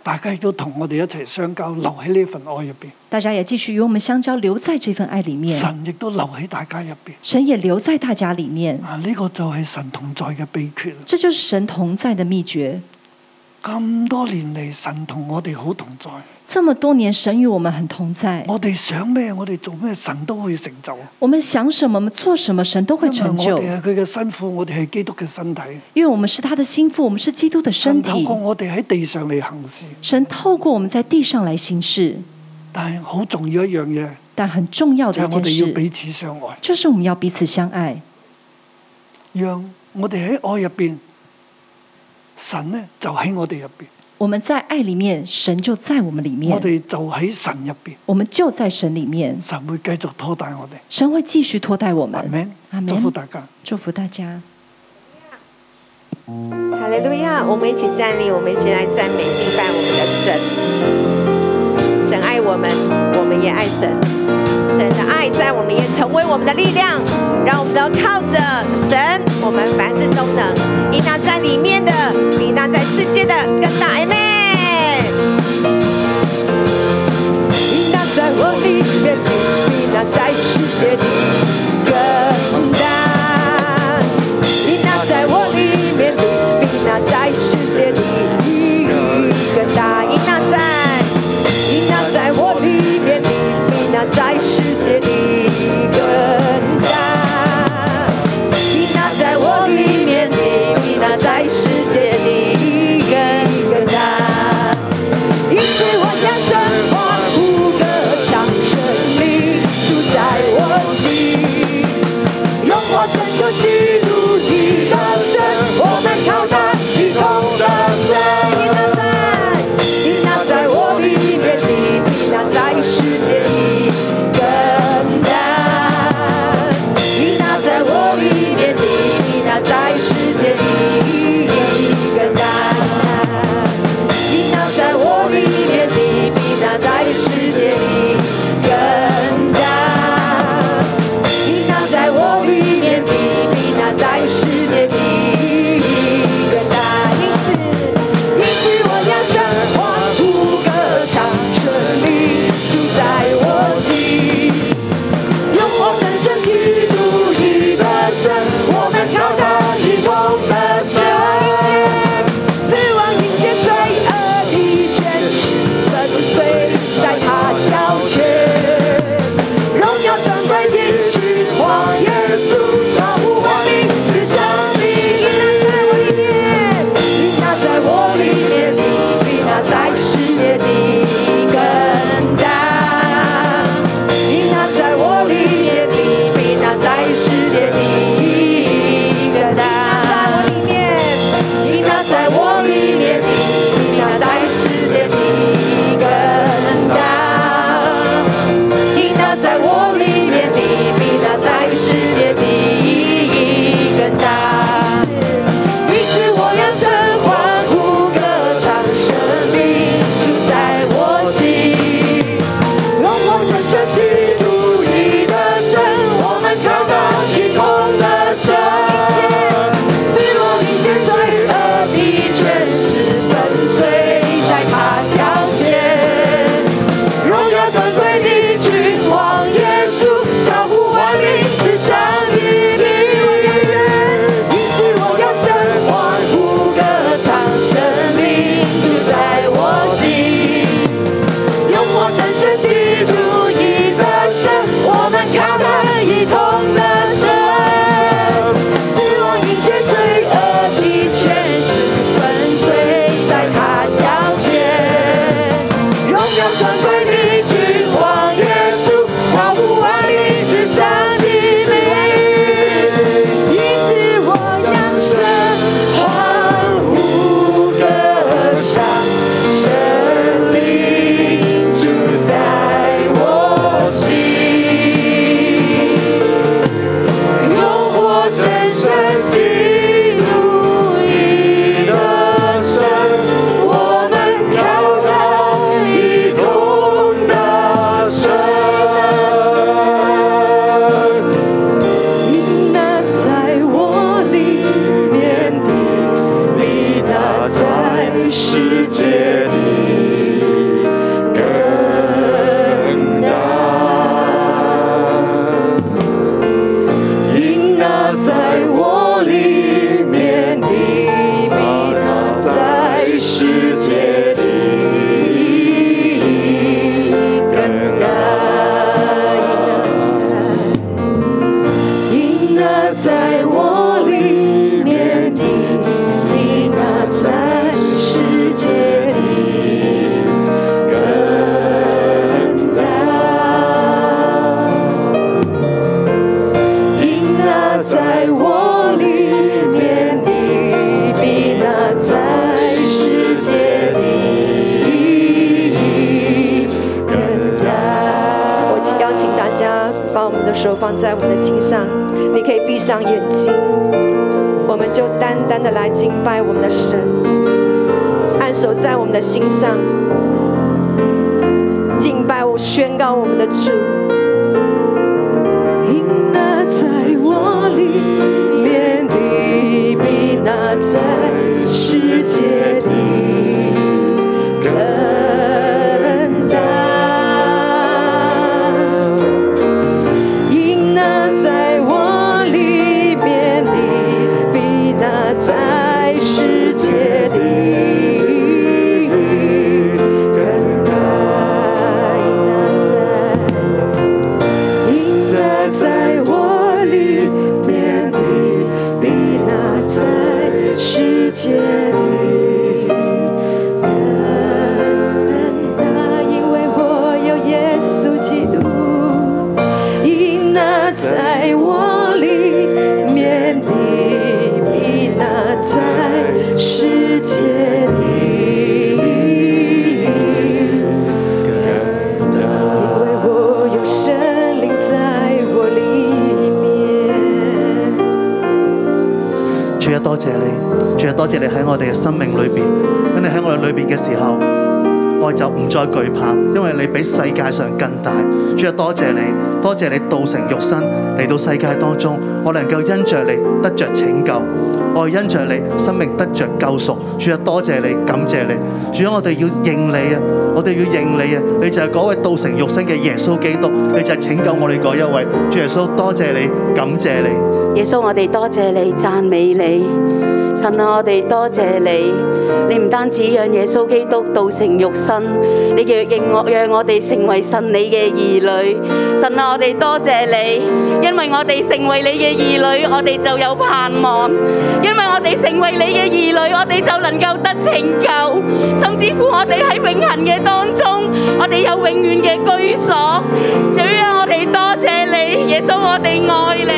Speaker 2: 大家亦都同我哋一齊相交，留喺呢份愛入邊。
Speaker 3: 大家也继续与我们相交，留在这份爱里面。
Speaker 2: 神亦都留喺大家入邊。
Speaker 3: 神也留在大家里面，
Speaker 2: 啊！呢、個就係神同在嘅秘訣啦。
Speaker 3: 这就是神同在的秘诀。
Speaker 2: 咁多年嚟，神同我哋好同在。
Speaker 3: 这么多年，神与我们很同在，
Speaker 2: 我哋想咩，我哋做咩，神都會成就。
Speaker 3: 我们想什么、我们做什么，神都会
Speaker 2: 因為
Speaker 3: 成
Speaker 2: 我
Speaker 3: 就。
Speaker 2: 哋係佢嘅身父，我哋係基督嘅身體。
Speaker 3: 因为我们是他的心腹，我们是基督的身
Speaker 2: 神透
Speaker 3: 体
Speaker 2: 過。我哋喺地上嚟行事，
Speaker 3: 神透过我们在地上来行事，
Speaker 2: 但係好重要一樣嘢，
Speaker 3: 但很重要
Speaker 2: 就
Speaker 3: 的
Speaker 2: 係
Speaker 3: 一
Speaker 2: 我
Speaker 3: 件
Speaker 2: 哋要
Speaker 3: 事，
Speaker 2: 彼此相愛，
Speaker 3: 就是我们要彼此相愛，
Speaker 2: 讓我哋喺愛入邊，神呢就喺我哋入邊，
Speaker 3: 我们在爱里面，神就在我们里面
Speaker 2: 我，哋就喺神入邊，
Speaker 3: 我们就在神里面，
Speaker 2: 神會繼續拖帶我哋。
Speaker 3: 神会继续托带我
Speaker 2: 阿
Speaker 3: 们。
Speaker 2: 門
Speaker 3: 阿，門
Speaker 2: 祝福大家。
Speaker 3: 祝福大家。
Speaker 4: 哈利路亚！我们一起站立，我们一起来赞美敬拜我们的神。神爱我们，我们也爱神。神的爱在我们也成为我们的力量，让我们都靠着神，我们凡事都能。应当在里面的，比那在世界的更大。阿妹。应当在我里面比比那在世界的更大，应当在我里面比比那在世界的更大，应当在，应当在我里面比比那在世界的更大。你那在我里面的，你那在世界的更更大。因此我将生活不歌唱，生命主宰放在我们的心上。你可以闭上眼睛，我们就单单的来敬拜我们的神，按手在我们的心上，敬拜我宣告我们的主。因那在我里面的，比那在世界的更大。因那在我里面的，比那在世界的更大。因那在。因那在我里面的，比那在世界里更大，因为我有耶稣基督。因那在我里面的，比那在世界里。因为我有神灵在我里
Speaker 5: 主
Speaker 4: 面，
Speaker 5: 啊，多謝你，主啊，多謝你喺我哋嘅生命裏邊，咁你喺我哋裏邊嘅時候，我就唔再懼怕，因為你比世界上更大。主啊，多謝你，多謝你道成肉身嚟到世界當中，我能夠因着你得着拯救，我因着你生命得着救贖。主啊，多謝你，感謝你。主啊，我哋要認你啊，我哋要認你啊，你就係嗰位道成肉身嘅耶穌基督，你就係拯救我哋嗰一位。主耶穌，多謝你，感謝你。
Speaker 6: 耶穌，我哋多謝你，讚美你。神啊，我哋多謝你，你唔單止讓耶穌基督道成肉身，你亦讓我讓我哋成為神你嘅兒女。神啊，我哋多謝你，因為我哋成為你嘅兒女，我哋就有盼望；因為我哋成為你嘅兒女，我哋就能夠得拯救，甚至乎我哋喺永恆嘅當中，我哋有永遠嘅居所。主啊，我哋多謝你，耶穌，我哋愛你。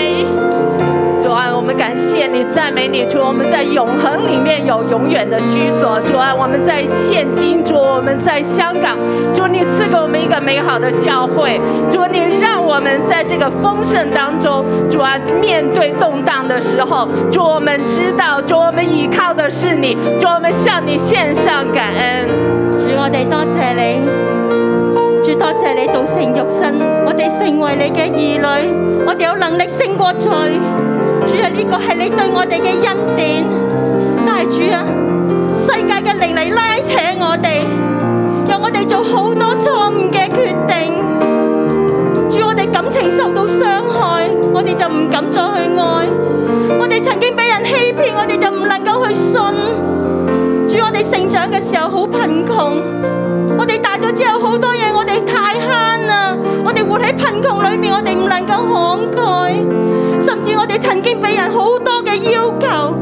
Speaker 7: 主啊，我们感谢你，赞美你，主，我们在永恒里面有永远的居所。主啊，我们在现今，主，我们在香港，主，你赐给我们一个美好的教会，主，啊你让我们在这个丰盛当中，主啊，面对动荡的时候，主，我们知道，主，我们依靠的是你，主，我们向你献上感恩。
Speaker 8: 主，我哋多謝你，主多謝你道成肉身，我哋成為你嘅兒女，我哋有能力勝過罪。主啊，呢個係你對我哋嘅恩典。但係主啊，世界嘅靈嚟拉扯我哋，讓我哋做好多錯誤嘅決定。主，我哋感情受到傷害，我哋就唔敢再去愛。我哋曾經俾人欺騙，我哋就唔能夠去信。主，我哋成長嘅時候好貧窮，我哋大咗之後好多嘢我哋太慳啦，我哋活喺貧窮裏面，我哋唔能夠慷慨，甚至我哋曾經俾人好多嘅要求，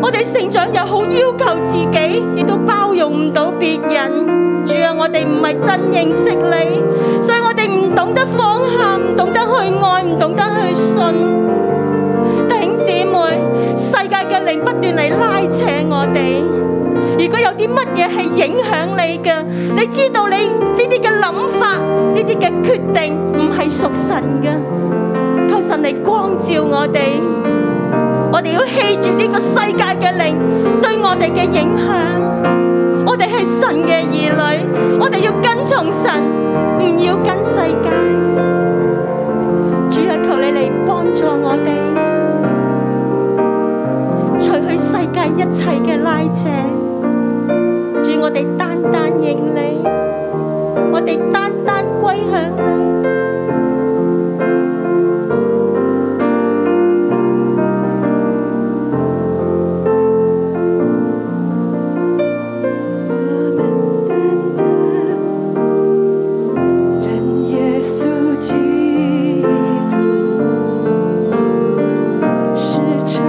Speaker 8: 我哋成長又好要求自己，亦都包容唔到別人。主啊，我哋唔係真認識你，所以我哋唔懂得放下，唔懂得去愛，唔懂得去信。弟兄姊妹，世界嘅靈不斷嚟拉扯我哋。如果有啲乜嘢係影響你嘅，你知道你呢啲嘅諗法、呢啲嘅決定唔係屬神嘅，求神嚟光照我哋。我哋要棄住呢個世界嘅靈對我哋嘅影響。我哋係神嘅兒女，我哋要跟從神，唔要跟世界。主啊，求你嚟幫助我哋。除去世界一切嘅拉扯。主，我哋單單認你，我哋單單歸向你。
Speaker 4: 让耶稣基督是长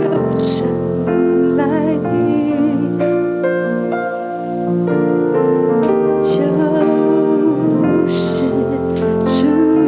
Speaker 4: 肉成来的，就是。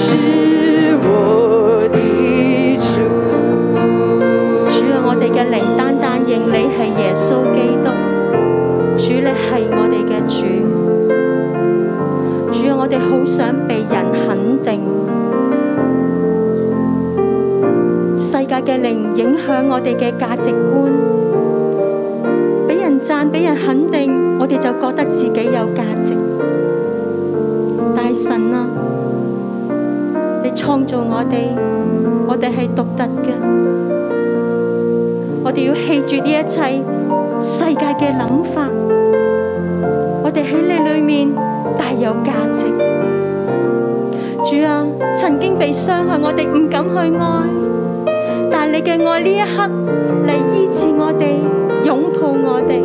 Speaker 8: 啊啊被人肯定。世界嘅靈影響我哋嘅價值觀，俾人讚，俾人肯定，我哋就覺得自己有價值。大神啊，你創造我哋，我哋係獨特嘅，我哋要棄絕呢一切世界嘅諗法。我哋喺你裏面大有價值。主啊，曾經被傷害，我哋唔敢去愛，但係你嘅愛呢一刻嚟醫治我哋，擁抱我哋，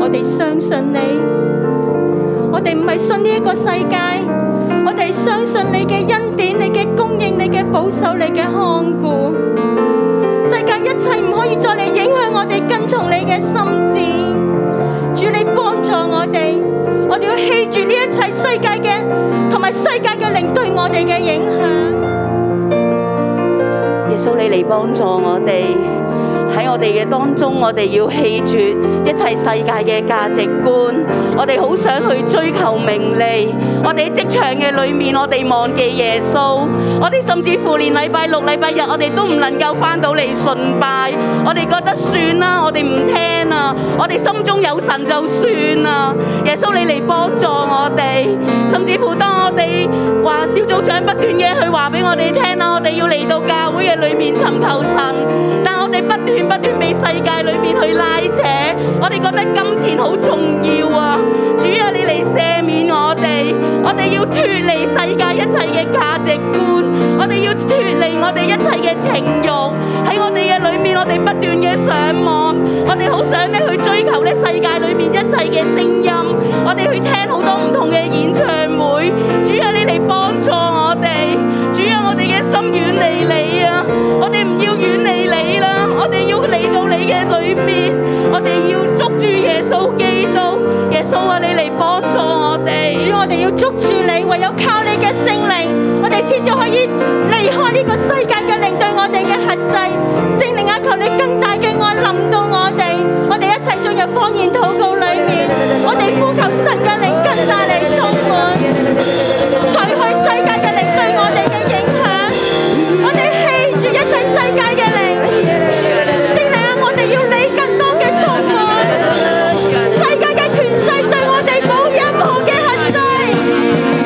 Speaker 8: 我哋相信你。我哋唔係信呢一個世界，我哋相信你嘅恩典、你嘅供應、你嘅保守、你嘅看顧。世界一切唔可以再嚟影響我哋跟從你嘅心智。主你幫助我哋，我哋要棄住呢一切世界嘅同埋世界嘅靈對我哋嘅影響。
Speaker 6: 耶穌你嚟幫助我哋喺我哋嘅當中，我哋要棄絕一切世界嘅價值觀。我哋好想去追求名利，我哋喺職場嘅裏面，我哋忘記耶穌。我哋甚至乎連禮拜六、禮拜日，我哋都唔能夠翻到嚟崇拜。我哋覺得算啦，我哋唔聽啊，我哋心中有神就算啦。耶穌你嚟幫助我哋，甚至乎當我哋話小組長不斷嘅去話俾我哋聽啦，我哋要嚟到教會嘅裏面尋求神，但我哋不斷不斷被世界裏面去拉扯，我哋覺得金錢好重要啊！主啊，你嚟赦免我哋，我哋要脱離世界一切嘅價值觀，我哋要脱離我哋一切嘅情慾喺我哋嘅裏面，我哋不斷嘅上網，我哋好想咧去追求咧世界裏面一切嘅聲音，我哋去聽好多唔同嘅演唱會。主啊，你嚟幫助我哋，主啊，我哋嘅心遠離你啊，我哋唔要遠離你啦，我哋要嚟到你嘅裏面，我哋要捉住耶穌基督，耶穌啊，你嚟幫助我哋。
Speaker 8: 主，我哋要捉住你，唯有靠你嘅聖靈，我哋先至可以離開呢個世界嘅靈對我哋嘅限制。聖靈啊，求你更大嘅愛臨到我哋，我哋一齊進入方言禱告裏面，我哋呼求神嘅靈更大嚟充滿，除去世界嘅靈對我哋嘅影響，我哋棄住一切世界嘅靈。聖靈啊，我哋要你更多嘅充滿。世界嘅權勢對我哋冇任何嘅限制，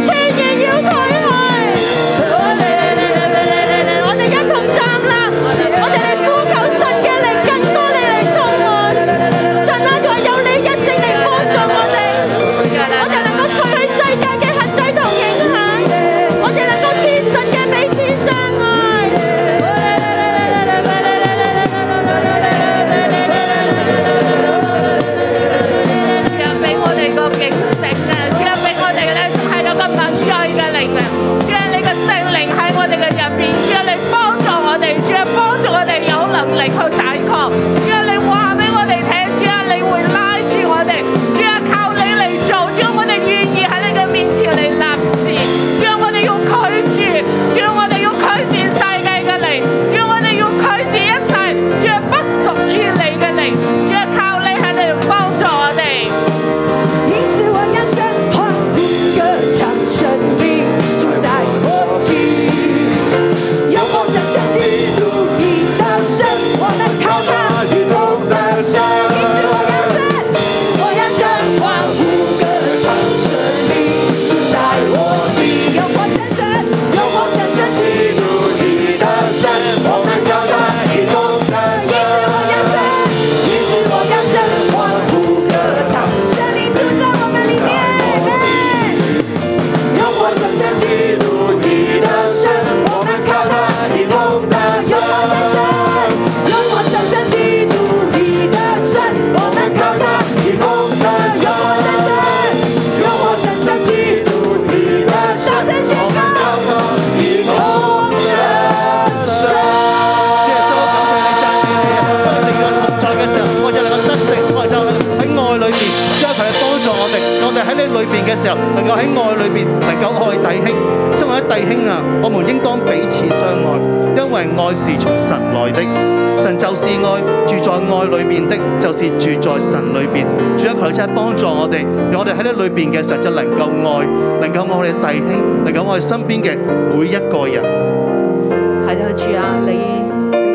Speaker 8: 全然要退去。我哋一同站立，我哋嚟呼求神嘅力，更多你嚟充滿。神啊，唯有你一定嚟幫助我哋，我哋能夠除去世界嘅限制同影響，我哋能夠知神嘅彼此相愛。
Speaker 7: 主啊，俾我哋個警醒啊！主啊，俾我哋咧係有個敏鋭嘅靈啊！主啊，你嘅聖靈喺我哋嘅入邊，主啊，你幫助我哋，主啊，幫助我哋有能力去抵抗。主啊，你話俾我哋聽，主啊，你會拉住我哋，主啊，靠你嚟做，主啊，我哋願意喺你嘅面前嚟立志，主啊，我哋要拒絕，主啊，我哋要拒絕世界嘅靈，主啊，我哋要拒絕一切，主啊，不屬於你嘅靈，主啊，靠你喺度幫助我哋。
Speaker 4: 因此我要向华你歌唱，生命住在我心，仰望着向基督的道生，我能靠他。
Speaker 5: 能夠愛弟兄。親愛的弟兄啊，我們應當彼此相愛，因為愛是從神來的。神就是愛，住在愛裏面的，就是住在神裏面。主啊，求你真係幫助我哋，讓我哋喺呢裏邊嘅時候就能夠愛，能夠愛我哋嘅弟兄，能夠愛身邊嘅每一個人。
Speaker 7: 係啊，主啊，你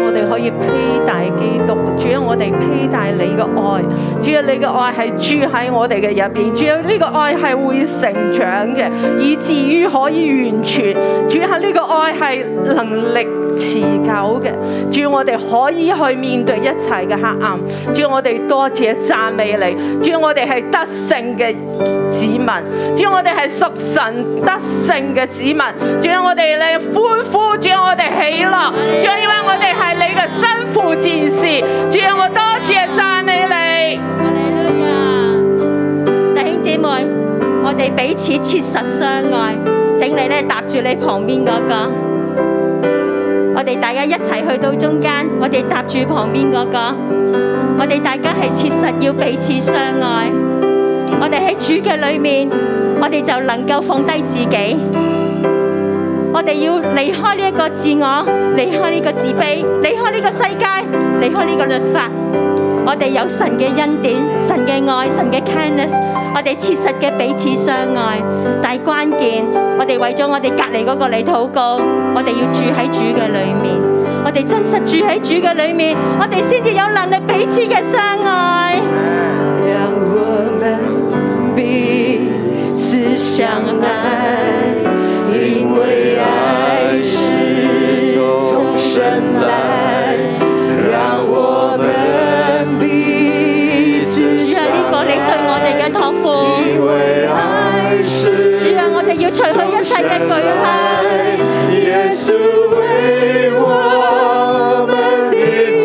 Speaker 7: 我哋可以披戴基督，主啊，我哋披戴你嘅愛，主啊，你嘅愛係住喺我哋嘅入邊，主啊，呢個愛係會成長嘅，以至於可以完全，主啊，呢個愛係能力持久嘅，主啊我哋可以去面對一切嘅黑暗，主啊我哋多謝讚美你，主啊我哋係得勝嘅子民，主啊我哋係屬神得勝嘅子民，主啊我哋咧歡呼，主啊我哋喜樂，主啊因為我哋係你嘅身負戰士，主啊我多謝讚美你。
Speaker 8: 哈利路亞！弟兄姊妹，我哋彼此切實相愛，請你咧搭住你旁邊嗰、個，我哋大家一齊去到中間，我哋搭住旁邊嗰、個，我哋大家係切實要彼此相愛。我哋喺主嘅裏面，我哋就能夠放低自己。我哋要離開呢一個自我，離開呢個自卑，離開呢個世界，離開呢個律法。我哋有神嘅恩典、神嘅愛、神嘅 kindness，我哋切實嘅彼此相愛。但係關鍵，我哋為咗我哋隔離嗰個嚟禱告，我哋要住喺主嘅裏面，我哋真實住喺主嘅裏面，我哋先至有能力彼此嘅相愛。
Speaker 4: 让我们彼此相爱，因为爱是从神来。让我们彼此
Speaker 8: 主啊，
Speaker 4: 相
Speaker 8: 呢個你對我哋嘅託付，
Speaker 4: 爱，因为爱是
Speaker 8: 主啊，我哋要除去一切嘅懼怕。
Speaker 4: 耶稣为我们的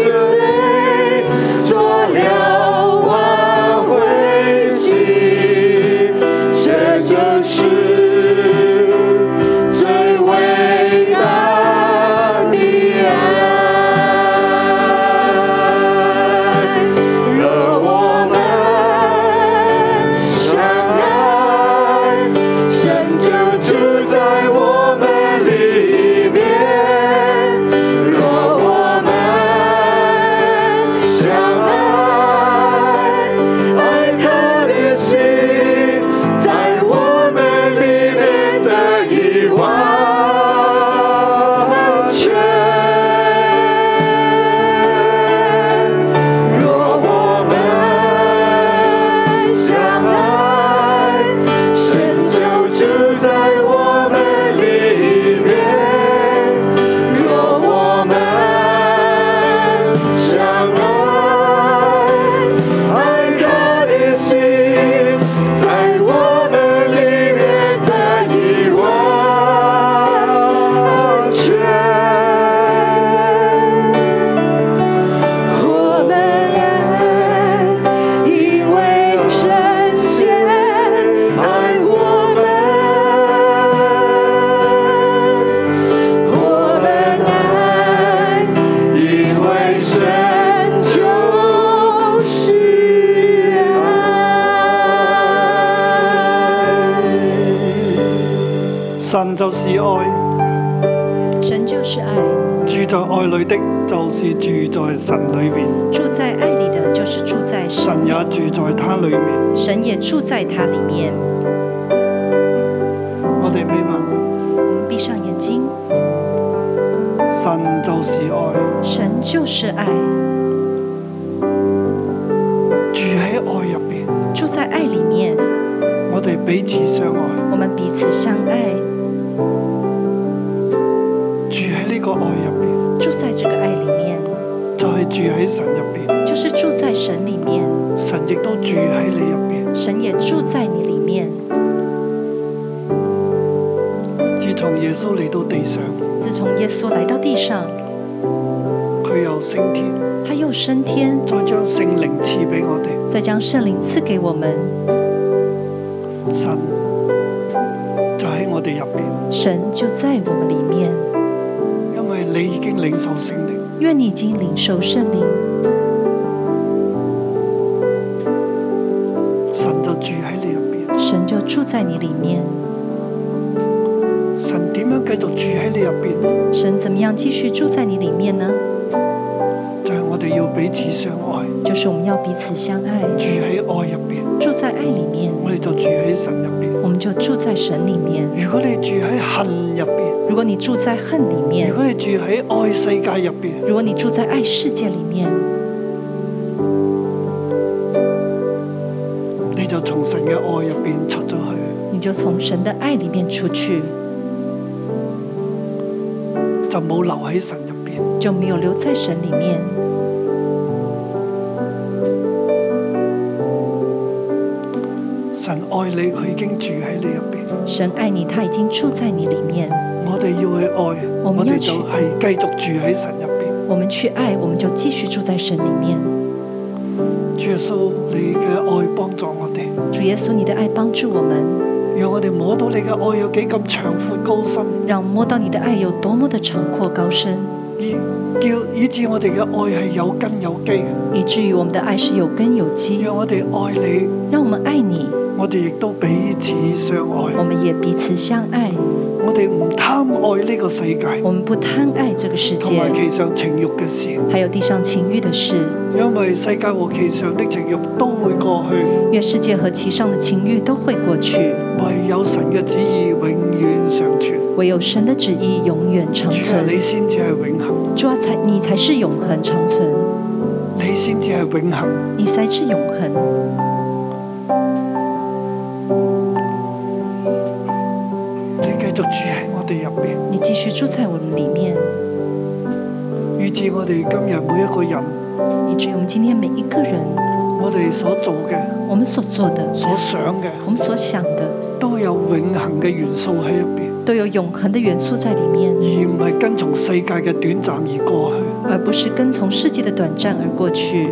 Speaker 4: 罪做了挽回祭，这就是最伟大的爱。若我们相爱，神就住在我们里面。若我们相爱，爱他的心在我们里面得以完全。若我们相爱，神就住在我们里面。若我们相爱，爱他的心在我们里面得以完全。我们爱，因为神先爱我们；我们爱，因为神就是爱。
Speaker 2: 神就是愛，
Speaker 3: 神就是爱，
Speaker 2: 住在愛裏的，就是住在神裏面，
Speaker 3: 住在爱里的就是住在神，
Speaker 2: 神也住在他裏面。
Speaker 3: 神也住在它里面。
Speaker 2: 我哋明白，
Speaker 3: 闭上眼睛，
Speaker 2: 神就是愛，
Speaker 3: 神就是爱，
Speaker 2: 住喺愛入邊，
Speaker 3: 住在爱里面，
Speaker 2: 我哋彼此相愛，
Speaker 3: 我们彼此相爱，
Speaker 2: 住喺呢個愛入邊，
Speaker 3: 住在这个爱里面，
Speaker 2: 就係、住喺神入邊，
Speaker 3: 就是住在神里面，
Speaker 2: 神亦都住喺你入邊。
Speaker 3: 神也住在你里面。
Speaker 2: 自從耶穌嚟到地上，
Speaker 3: 自从耶稣来到地上，
Speaker 2: 佢又升天，
Speaker 3: 他又升天，
Speaker 2: 再將聖靈賜俾我哋。
Speaker 3: 再将圣灵赐给我们，
Speaker 2: 神就喺我哋入邊，
Speaker 3: 神就在我们里面。
Speaker 2: 因為你已經領受聖靈，
Speaker 3: 愿你已经领受圣灵，
Speaker 2: 神就住喺你入邊。
Speaker 3: 神就住在你里面。
Speaker 2: 你入邊呢？
Speaker 3: 神怎么样继续住在你里面呢？
Speaker 2: 就係、我哋要彼此相愛，
Speaker 3: 就是我们要彼此相爱，
Speaker 2: 住喺愛入邊，
Speaker 3: 住在爱里面，
Speaker 2: 我哋就住喺神入邊。
Speaker 3: 我们就住在神里面。
Speaker 2: 如果你住喺恨入邊，
Speaker 3: 如果你住在恨里面
Speaker 2: 如，果你住喺愛世界入邊，
Speaker 3: 如果你住在爱世界里面，
Speaker 2: 你就從神嘅愛入邊出咗去，
Speaker 3: 你就从神的爱里面出去，
Speaker 2: 就冇留喺神入邊。
Speaker 3: 就没有留在神里面。
Speaker 2: 神愛你，佢已經住喺你入邊。
Speaker 3: 神爱你，他已经住在你里面。
Speaker 2: 我哋要去愛，
Speaker 3: 我
Speaker 2: 我
Speaker 3: 們
Speaker 2: 哋
Speaker 3: 要
Speaker 2: 就
Speaker 3: 去
Speaker 2: 係繼續住喺神入邊。
Speaker 3: 我们去爱，我们就继续住在神里面。
Speaker 2: 主耶穌，你嘅愛幫助我哋，
Speaker 3: 主耶稣，你的爱帮助我们，
Speaker 2: 讓我哋摸到你嘅愛有幾咁長闊高深，
Speaker 3: 让我们摸到你的爱有多么的长阔高深，
Speaker 2: 以叫以致我哋嘅愛係有根有基嘅。
Speaker 3: 以至于我们的爱是有根有基。
Speaker 2: 讓我哋愛你，
Speaker 3: 让我们爱你，
Speaker 2: 我哋亦都彼此相
Speaker 3: 我
Speaker 2: 愛。
Speaker 3: 们也彼此相爱，
Speaker 2: 我哋唔貪愛呢個世界，
Speaker 3: 我们不贪爱这个世
Speaker 2: 同
Speaker 3: 界，
Speaker 2: 埋其上情欲嘅事，
Speaker 3: 还有地上情欲的事。
Speaker 2: 因為世界和其上的情欲都會過去，
Speaker 3: 愿世界和其上的情欲都会过去，
Speaker 2: 唯有神嘅旨意永遠常存。
Speaker 3: 唯有神的旨意永远长
Speaker 2: 主啊，
Speaker 3: 存。
Speaker 2: 你先至係永恆，
Speaker 3: 主啊，才你才是永恒长存，
Speaker 2: 你先至係永恆。
Speaker 3: 你才是永恒。
Speaker 2: 你繼續住喺我哋入邊，
Speaker 3: 你继续住在我们里面，
Speaker 2: 以致我哋今日每一個人，
Speaker 3: 以至于我们今天每一个人，
Speaker 2: 我哋所做嘅、
Speaker 3: 我们所做的，
Speaker 2: 所想嘅，
Speaker 3: 我们所想的，
Speaker 2: 都有永恆嘅元素喺入邊，
Speaker 3: 都有永恒的元素在里面，
Speaker 2: 而唔係跟從世界嘅短暫而過去。
Speaker 3: 而不是跟从世界的短暂而过去。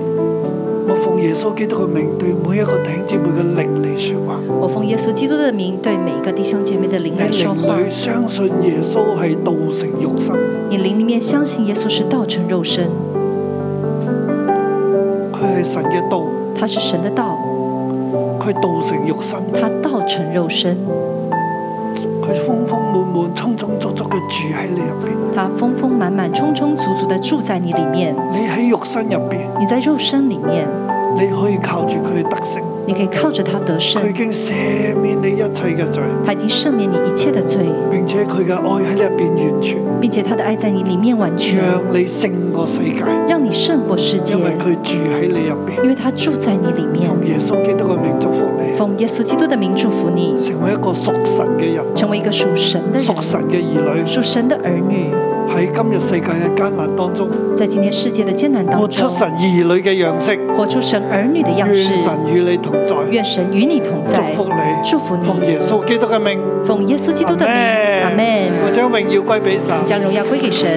Speaker 2: 我奉耶穌基督嘅名，對每一個弟兄姊妹嘅靈嚟説話，
Speaker 3: 我奉耶稣基督的名，对每一个弟兄姐妹的灵
Speaker 2: 你
Speaker 3: 来说话
Speaker 2: 靈。裏相信耶穌係道成肉身，
Speaker 3: 你灵里面相信耶稣是道成肉身，
Speaker 2: 佢係神嘅道，
Speaker 3: 他是神的道，
Speaker 2: 佢道成肉身，
Speaker 3: 他道成肉身，
Speaker 2: 佢豐豐滿滿、充充足足嘅住喺你入邊，
Speaker 3: 他丰丰满满、充充足足的住在你里面。
Speaker 2: 你喺肉身入邊，
Speaker 3: 你在肉身里面，
Speaker 2: 你可以靠住佢得勝。
Speaker 3: 你可以靠着他得胜
Speaker 2: 佢。已經赦免你一切嘅罪，
Speaker 3: 他已经赦免你一切的罪，
Speaker 2: 並且佢嘅愛喺你入邊完全，
Speaker 3: 并且他的爱在你里面完全，
Speaker 2: 讓你勝過世界，
Speaker 3: 让你胜过世界
Speaker 2: 因，為佢住喺你入邊。
Speaker 3: 因为他住在你里面。
Speaker 2: 奉耶穌基督嘅名祝福你，
Speaker 3: 奉耶稣基督的名祝福你，
Speaker 2: 成為一個屬神嘅人，
Speaker 3: 成为一个属神的人，
Speaker 2: 屬神嘅兒女，
Speaker 3: 属神的儿女，
Speaker 2: 喺今日世界嘅艱難當中，
Speaker 3: 在今天世界的艰难当
Speaker 2: 活
Speaker 3: 中
Speaker 2: 出，神兒女嘅樣式。
Speaker 3: 活出神儿女的样
Speaker 2: 願
Speaker 3: 式。
Speaker 2: 神與你同在，
Speaker 3: 愿神与你同在，
Speaker 2: 祝福你，
Speaker 3: 祝福你
Speaker 2: 奉耶穌基督嘅名，
Speaker 3: 奉耶稣基督的名，阿
Speaker 2: 我
Speaker 3: 门。
Speaker 2: 將榮耀歸俾神。
Speaker 3: 将荣耀归给神。